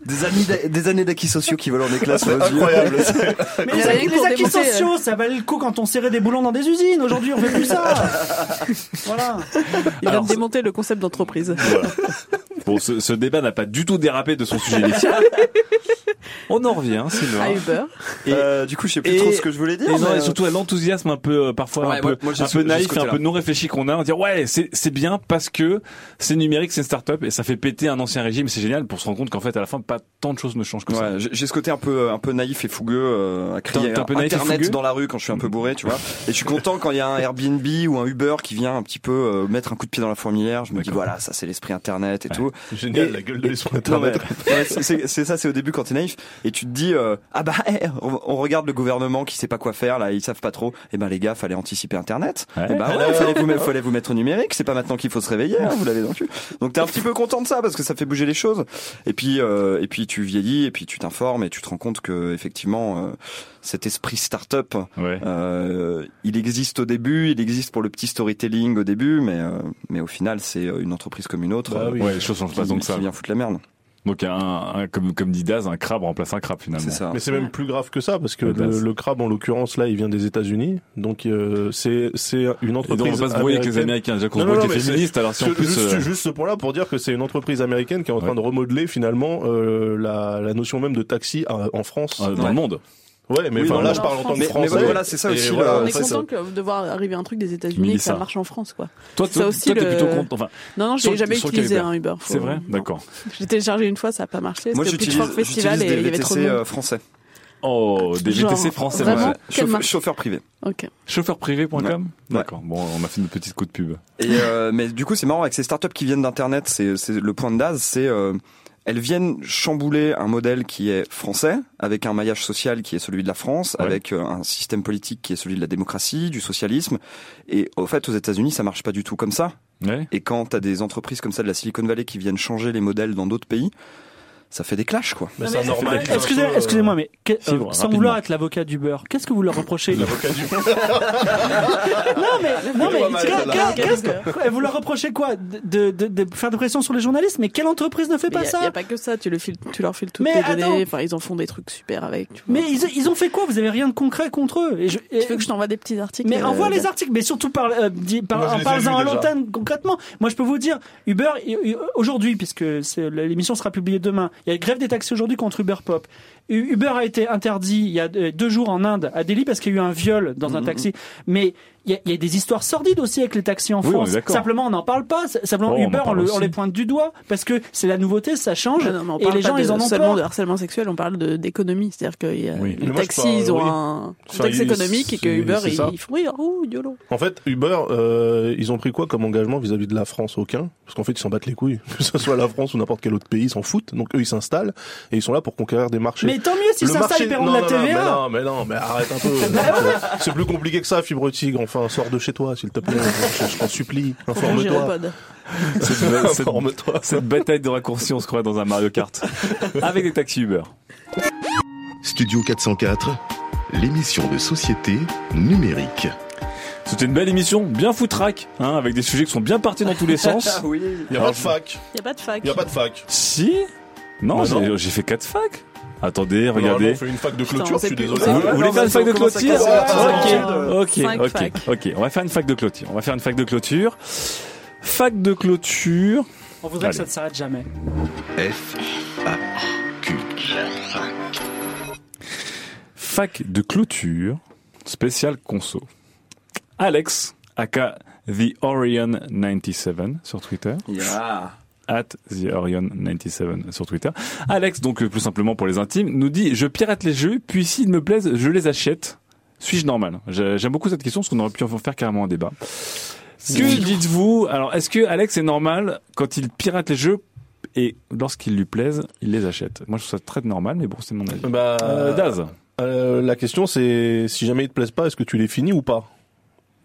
S6: Des, amis d'a- des années d'acquis sociaux qui volent en éclats sur nos yeux.
S7: Incroyable.
S4: Mais
S5: Il y
S4: les,
S5: a rien
S4: acquis-
S5: que
S4: les
S5: pour
S4: acquis
S5: démonter, euh.
S4: sociaux, ça valait le coup quand on serrait des boulons dans des usines. Aujourd'hui, on fait plus ça. voilà.
S5: Il va
S3: Alors,
S5: me démonter le concept d'entreprise.
S3: Voilà. Bon, ce, ce débat n'a pas du tout dérapé de son sujet initial. On en revient, Sylvain.
S4: Ah,
S5: À Uber.
S6: Euh, du coup, je sais plus
S3: Et-
S6: trop ce que je voulais dire.
S3: Et, non,
S6: mais,
S3: et
S6: euh,
S3: surtout à l'enthousiasme un peu euh, parfois
S6: Ouais,
S3: un
S6: moi-
S3: peu,
S6: moi, j'ai
S3: un
S6: ce-
S3: peu
S6: j'ai ce
S3: naïf et un
S6: côté-là.
S3: peu non réfléchi qu'on a, on dit ouais c'est c'est bien parce que c'est numérique, c'est une start-up et ça fait péter un ancien régime, c'est génial pour se rendre compte qu'en fait à la fin pas tant de choses ne changent que ça.
S6: Ouais, j'ai j'ai ce côté un peu un peu naïf et fougueux euh, à crier
S3: T'es un peu naïf et
S6: internet
S3: fougueux
S6: dans la rue quand je suis un peu bourré, tu vois. Et je suis content quand il y a un Airbnb ou un Uber qui vient un petit peu euh, mettre un coup de pied dans la fourmilière. Je me dis
S3: D'accord.
S6: voilà, ça c'est l'esprit internet et tout.
S7: Génial,
S6: Et-
S7: la gueule de
S6: et-
S7: l'esprit
S6: non,
S7: internet.
S6: mais- ouais, c'est- c'est c'est ça, c'est au début quand t'es naïf et tu te dis euh, ah bah eh, on, on regarde le gouvernement qui sait pas quoi faire là, ils savent pas trop. Et ben les gars, fallait anticiper internet.
S3: Ouais.
S6: Et bah ouais, fallait vous, mettre- fallait vous mettre au numérique. C'est pas maintenant qu'il faut se réveiller, hein, vous l'avez dans le cul. Donc t'es un petit peu content de ça parce que ça fait bouger les choses. Et puis euh, et puis tu vieillis et puis tu t'informes et tu te rends compte que effectivement euh, cet esprit start-up
S3: Ouais.
S6: euh, il existe au début, il existe pour le petit storytelling au début, mais euh, mais au final c'est euh, une entreprise comme une autre.
S7: Bah
S6: euh,
S7: oui.
S3: Ouais, les choses changent
S6: Qui,
S3: pas tant que ça.
S6: qui vient foutre la merde.
S3: Donc un, un- comme comme dit Daz, un crabe remplace un crabe finalement.
S6: C'est ça.
S7: Mais c'est même plus grave que ça parce que
S3: Ouais, bah,
S7: le,
S3: c'est-
S7: le crabe en l'occurrence là, il vient des États-Unis, donc euh, c'est c'est une
S3: Et donc on
S7: entreprise.
S3: va pas se brouiller avec les
S7: américaine.
S3: Américains, déjà qu'on se
S7: Non, non,
S3: brouille avec
S7: non,
S3: les
S7: mais
S3: féministes, alors si en
S7: Je-
S3: plus...
S7: juste,
S3: euh,
S7: juste ce point-là pour dire que c'est une entreprise américaine qui est en train
S3: Ouais.
S7: de remodeler finalement euh, la, la notion même de taxi euh, en France.
S3: euh, dans
S6: Ouais.
S3: le monde.
S7: Ouais, mais
S6: Oui,
S7: enfin,
S6: non,
S7: là
S5: non,
S7: je parle en tant
S5: France.
S7: que
S6: Mais- mais
S7: français.
S6: voilà, c'est ça
S7: Et
S6: aussi,
S7: voilà,
S6: le-
S5: on est
S6: ça, c'est-
S5: content que- de voir arriver un truc des États-Unis et que
S3: Milissa.
S5: ça marche en France, quoi.
S3: Toi,
S5: Ça
S3: toi,
S5: aussi,
S3: toi, t'es
S5: le-
S3: plutôt contre. Enfin,
S5: Non, non,
S3: Sur-
S5: j'ai jamais
S3: sur quel
S5: utilisé
S3: Uber
S5: un Uber. faut-
S3: c'est vrai,
S5: non.
S3: d'accord.
S5: J'ai téléchargé une fois, ça n'a pas marché.
S6: Moi
S5: C'était au
S6: j'utilise
S5: Pitchfork Festival
S6: j'utilise
S5: et
S6: des
S5: il y avait trop de
S6: VTC
S5: monde.
S6: euh, français,
S3: Oh, des
S5: Genre,
S3: VTC français.
S5: vraiment
S3: ouais.
S5: Quelle
S6: Chauffe-
S5: marque
S6: chauffeur privé.
S3: euh.
S5: Ok.
S3: Chauffeurprivé.com
S6: Ouais.
S3: D'accord. Bon, on a fait une petite coup de pub.
S6: Et euh, mais du coup c'est marrant avec ces startups qui viennent d'internet, c'est c'est le point de Daz, c'est euh, elles viennent chambouler un modèle qui est français, avec un maillage social qui est celui de la France,
S3: Ouais.
S6: avec euh, un système politique qui est celui de la démocratie, du socialisme. Et au fait, aux États-Unis, ça marche pas du tout comme ça.
S3: Ouais.
S6: Et quand t'as des entreprises comme ça de la Silicon Valley qui viennent changer les modèles dans d'autres pays, ça fait des clashs quoi.
S7: mais c'est normal.
S4: Excusez- Excusez-moi, mais que-
S3: bah, Si,
S4: euh,
S3: bon,
S4: sans
S3: rapidement.
S4: vouloir être l'avocat d'Uber, qu'est-ce que vous leur reprochez Non mais, non, mais qu'est- qu'est- qu'est-ce que- quoi, vous leur reprochez quoi de, de, de faire de pression sur les journalistes Mais quelle entreprise ne fait
S5: Il
S4: pas
S5: n'y a,
S4: ça
S5: y a pas que ça, tu, le files, tu leur files toutes
S4: Mais
S5: les
S4: attends.
S5: données, enfin, ils en font des trucs super avec. Tu vois.
S4: Mais ils, ils ont fait quoi Vous avez rien de concret contre eux Et je- et-
S5: Tu veux que je t'envoie des petits articles
S4: Mais
S5: euh,
S4: envoie les
S5: de-
S4: articles, mais surtout par, euh, dis- par-
S7: Moi, je les
S4: en
S7: ai
S4: parlant
S7: lus
S4: à
S7: déjà.
S4: l'antenne concrètement. Moi, je peux vous dire, Uber, i- i- aujourd'hui, puisque c'est- l'émission sera publiée demain, il y a une grève des taxis aujourd'hui contre Uber Pop. U- Uber a été interdit il y a euh, deux jours en Inde, à Delhi, parce qu'il y a eu un viol dans
S7: Mm-hmm.
S4: un taxi. Mais il y, a, il y a des histoires sordides aussi avec les taxis en
S3: Oui, on
S4: France.
S3: est d'accord.
S4: Simplement, on n'en parle pas. S- Simplement,
S3: Oh, on en
S4: Uber, on,
S3: parle
S4: le- on
S3: aussi.
S4: les pointe du doigt, parce que c'est la nouveauté, ça change.
S5: Ah Non, non, mais on
S4: et
S5: parle
S4: les
S5: pas
S4: gens,
S5: de-
S4: ils en ont
S5: seulement
S4: peur.
S5: de harcèlement sexuel, on parle de- d'économie. C'est-à-dire que y a-
S3: Oui.
S7: Mais
S5: les
S7: moi, je
S5: taxis,
S7: parle-
S5: ils ont
S7: oui.
S5: un
S7: Ça,
S5: contexte
S7: il-
S5: économique et que
S7: c'est-
S5: Uber,
S7: c'est ça.
S5: ils, ils font rire, ouh, YOLO.
S7: En fait, Uber, euh, ils ont pris quoi comme engagement vis-à-vis de la France Aucun. Parce qu'en fait, ils s'en battent les couilles. Que ce soit la France ou n'importe quel autre pays, ils s'en foutent. Donc eux, ils s'installent et ils sont là pour conquérir des marchés.
S4: Mais tant mieux s'ils
S7: Le
S4: s'installent,
S7: marché-
S4: ils paieront
S7: non,
S4: de la hein
S7: non, non,
S4: TVA.
S7: mais non, mais non, mais arrête un peu. c'est plus compliqué que ça, Fibre Tigre. Enfin, sors de chez toi, s'il te plaît. Je, je t'en supplie.
S5: Pour un
S7: Informe-toi.
S5: gyropode.
S3: Cette, cette-
S7: Informe-toi.
S3: cette bataille de raccourcis, on se croit dans un Mario Kart. Avec des taxis Uber.
S1: Studio 404, l'émission de société numérique.
S3: C'était une belle émission, bien foutraque, hein, avec des sujets qui sont bien partis dans tous les sens.
S6: oui.
S7: Il y a pas de fac.
S5: Il n'y a pas de fac.
S7: Il y a pas de fac.
S3: Si Non,
S7: Bah
S3: j'ai-
S7: non.
S3: j'ai fait quatre facs. Attendez,
S7: Normalement,
S3: regardez.
S7: On fait une fac de
S5: Putain,
S7: clôture,
S5: on sait
S7: je suis
S5: plus où
S7: désolé.
S5: ça
S3: Vous,
S5: va.
S3: vous voulez faire une fac de clôture Ok,
S5: Cinq
S3: ok,
S5: facs.
S3: ok. On va faire une fac de clôture. On va faire une fac de clôture. Fac de clôture.
S4: On voudrait que
S3: Allez.
S4: ça ne s'arrête jamais.
S1: F A Q.
S3: Fac de clôture spécial conso. Alex, aka The Orion 97 sur Twitter,
S6: Yeah.
S3: at TheOrion97 sur Twitter. Alex, donc euh, plus simplement pour les intimes, nous dit Je pirate les jeux, puis s'ils me plaisent, je les achète. Suis-je normal J'ai- J'aime beaucoup cette question parce qu'on aurait pu en faire carrément un débat. Que dites-vous Alors, est-ce que Alex est normal quand il pirate les jeux et lorsqu'ils lui plaisent, il les achète Moi, je trouve ça très normal, mais bon, c'est mon avis.
S7: Bah,
S3: Euh, Daz
S7: euh, la question c'est si jamais ils te plaisent pas, est-ce que tu les finis ou pas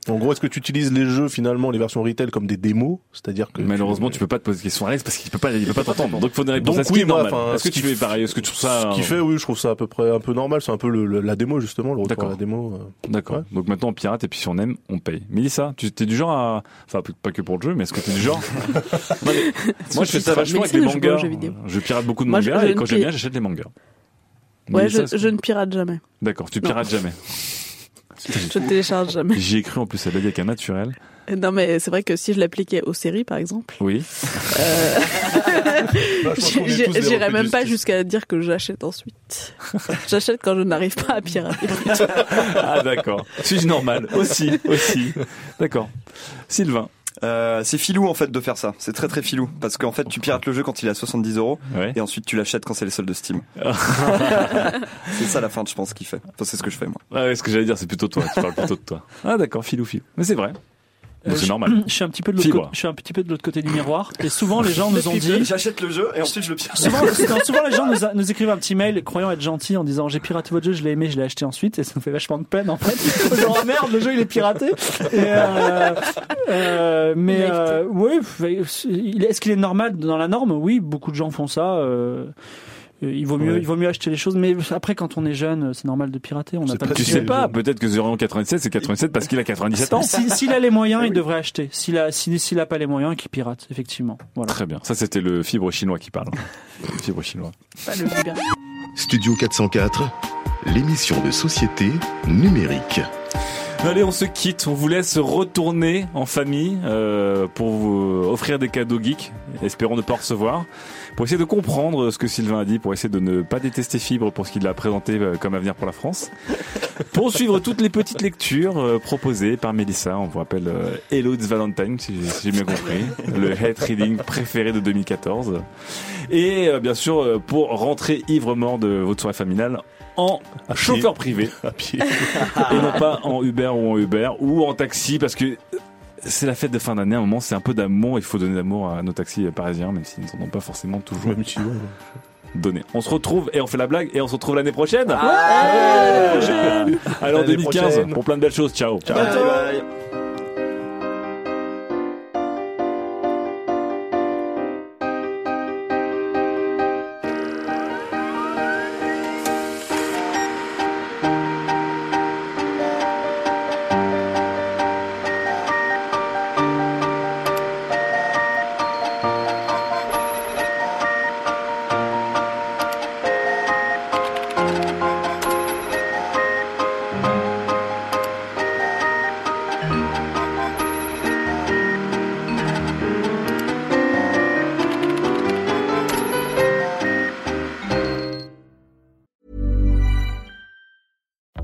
S7: En gros, est-ce que tu utilises les jeux finalement, les versions retail comme des démos, c'est-à-dire que
S3: Malheureusement, tu peux pas te poser de question à Alex parce qu'il peut pas, il peut pas t'entendre. Donc, faut une réponse.
S7: Donc
S3: Est-ce
S7: oui,
S3: qu'il est
S7: moi,
S3: normal
S7: enfin,
S3: Est-ce que
S7: ce
S3: tu
S7: qui-
S3: fais pareil Est-ce que tu trouves ça
S7: Ce qui fait, oui, je trouve ça à peu près un peu normal. C'est un peu le- le- la démo justement, le retour
S3: D'accord.
S7: à la démo. euh.
S3: D'accord.
S7: Ouais.
S3: Donc maintenant on pirate et puis si on aime, on paye. Mélissa, tu t'es du genre à, enfin p- pas que pour le jeu, mais est-ce que t'es du genre Non, mais Moi je fais ça vachement avec
S5: Mélissa
S3: les
S5: ne joue pas aux
S3: mangas.
S5: jeux vidéo.
S3: Je pirate beaucoup de
S5: Moi, je-
S3: mangas
S5: je
S3: et quand
S5: ne
S3: j'aime
S5: pi-
S3: bien j'achète les mangas.
S5: Ouais,
S3: Mélissa,
S5: je,
S3: est-ce-
S5: je ne pirate jamais.
S3: D'accord, tu
S5: Non.
S3: pirates jamais.
S5: Je ne télécharge jamais.
S3: J'y ai cru en plus, elle l'a dit avec un naturel.
S5: Non, mais c'est vrai que si je l'appliquais aux séries, par exemple,
S3: Oui.
S7: Bah, qu'on est tous des
S5: j'irais j'irais même
S7: reproductrices.
S5: pas jusqu'à dire que j'achète ensuite. j'achète quand je n'arrive pas à pirater.
S3: Ah d'accord. Suis-je normal Aussi, aussi. D'accord. Sylvain.
S6: Euh, c'est filou en fait de faire ça. C'est très très filou parce qu'en fait tu pirates le jeu quand il est à 70 euros
S3: Ouais.
S6: et ensuite tu l'achètes quand c'est les soldes de Steam. c'est ça la fin, je pense, qu'il fait. Enfin, c'est ce que je fais moi.
S3: Ah ouais, ce que j'allais dire, c'est plutôt toi. Tu parles plutôt de toi. Ah d'accord, filou filou. Mais c'est vrai.
S4: Euh,
S3: Donc,
S4: je-
S3: c'est normal.
S4: Je suis un petit peu de l'autre
S3: Fibre.
S4: côté- je suis un petit peu de l'autre côté du miroir et souvent les gens nous ont dit
S6: J'achète le jeu et ensuite je le pirate.
S4: Souvent, non, souvent, les gens nous, a- nous écrivent un petit mail croyant être gentils en disant j'ai piraté votre jeu, je l'ai aimé, je l'ai acheté ensuite et ça nous fait vachement de peine en fait. Genre Ah, merde, le jeu il est piraté. Et, euh, euh, mais euh, oui, il- est-ce qu'il est normal dans la norme Oui, beaucoup de gens font ça. euh, il vaut mieux,
S7: Ouais.
S4: il vaut mieux acheter les choses. Mais après, quand on est jeune, c'est normal de pirater. On n'a
S7: C'est
S4: pas.
S7: très
S4: le-
S3: Tu
S7: Si
S3: sais
S7: elle-
S3: pas, peut-être que 0,97 c'est 87 parce qu'il a 97 ans.
S4: Si- S'il a les moyens,
S5: Eh
S4: il devrait acheter. S'il a, s'il s'il a pas les moyens, qu'il pirate effectivement. Voilà.
S3: Très bien. Ça, c'était le fibre chinois qui parle. Le fibre chinois.
S5: Pas le vulgaire.
S1: Studio 404, l'émission de société numérique.
S3: Allez, on se quitte. On vous laisse retourner en famille euh, pour vous offrir des cadeaux geeks, espérons ne pas recevoir, pour essayer de comprendre ce que Sylvain a dit, pour essayer de ne pas détester Fibre pour ce qu'il a présenté euh, comme avenir pour la France. pour suivre toutes les petites lectures euh, proposées par Mélissa, on vous rappelle euh, Hello It's Valentine, si j'ai- si j'ai bien compris, le hate reading préféré de 2014. Et euh, bien sûr, euh, pour rentrer ivre-mort de votre soirée familiale en chauffeur privé
S7: À pied.
S3: et non pas en Uber ou en Uber ou en taxi parce que euh, c'est la fête de fin d'année, à un moment c'est un peu d'amour, il faut donner d'amour à nos taxis parisiens même s'ils ne sont pas forcément toujours
S7: Même si, ouais, ouais.
S3: donnés. On se retrouve et on fait la blague et on se retrouve l'année prochaine. Alors en
S7: L'année
S3: 2015
S7: prochaine.
S3: pour plein de belles choses, ciao.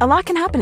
S9: A lot can happen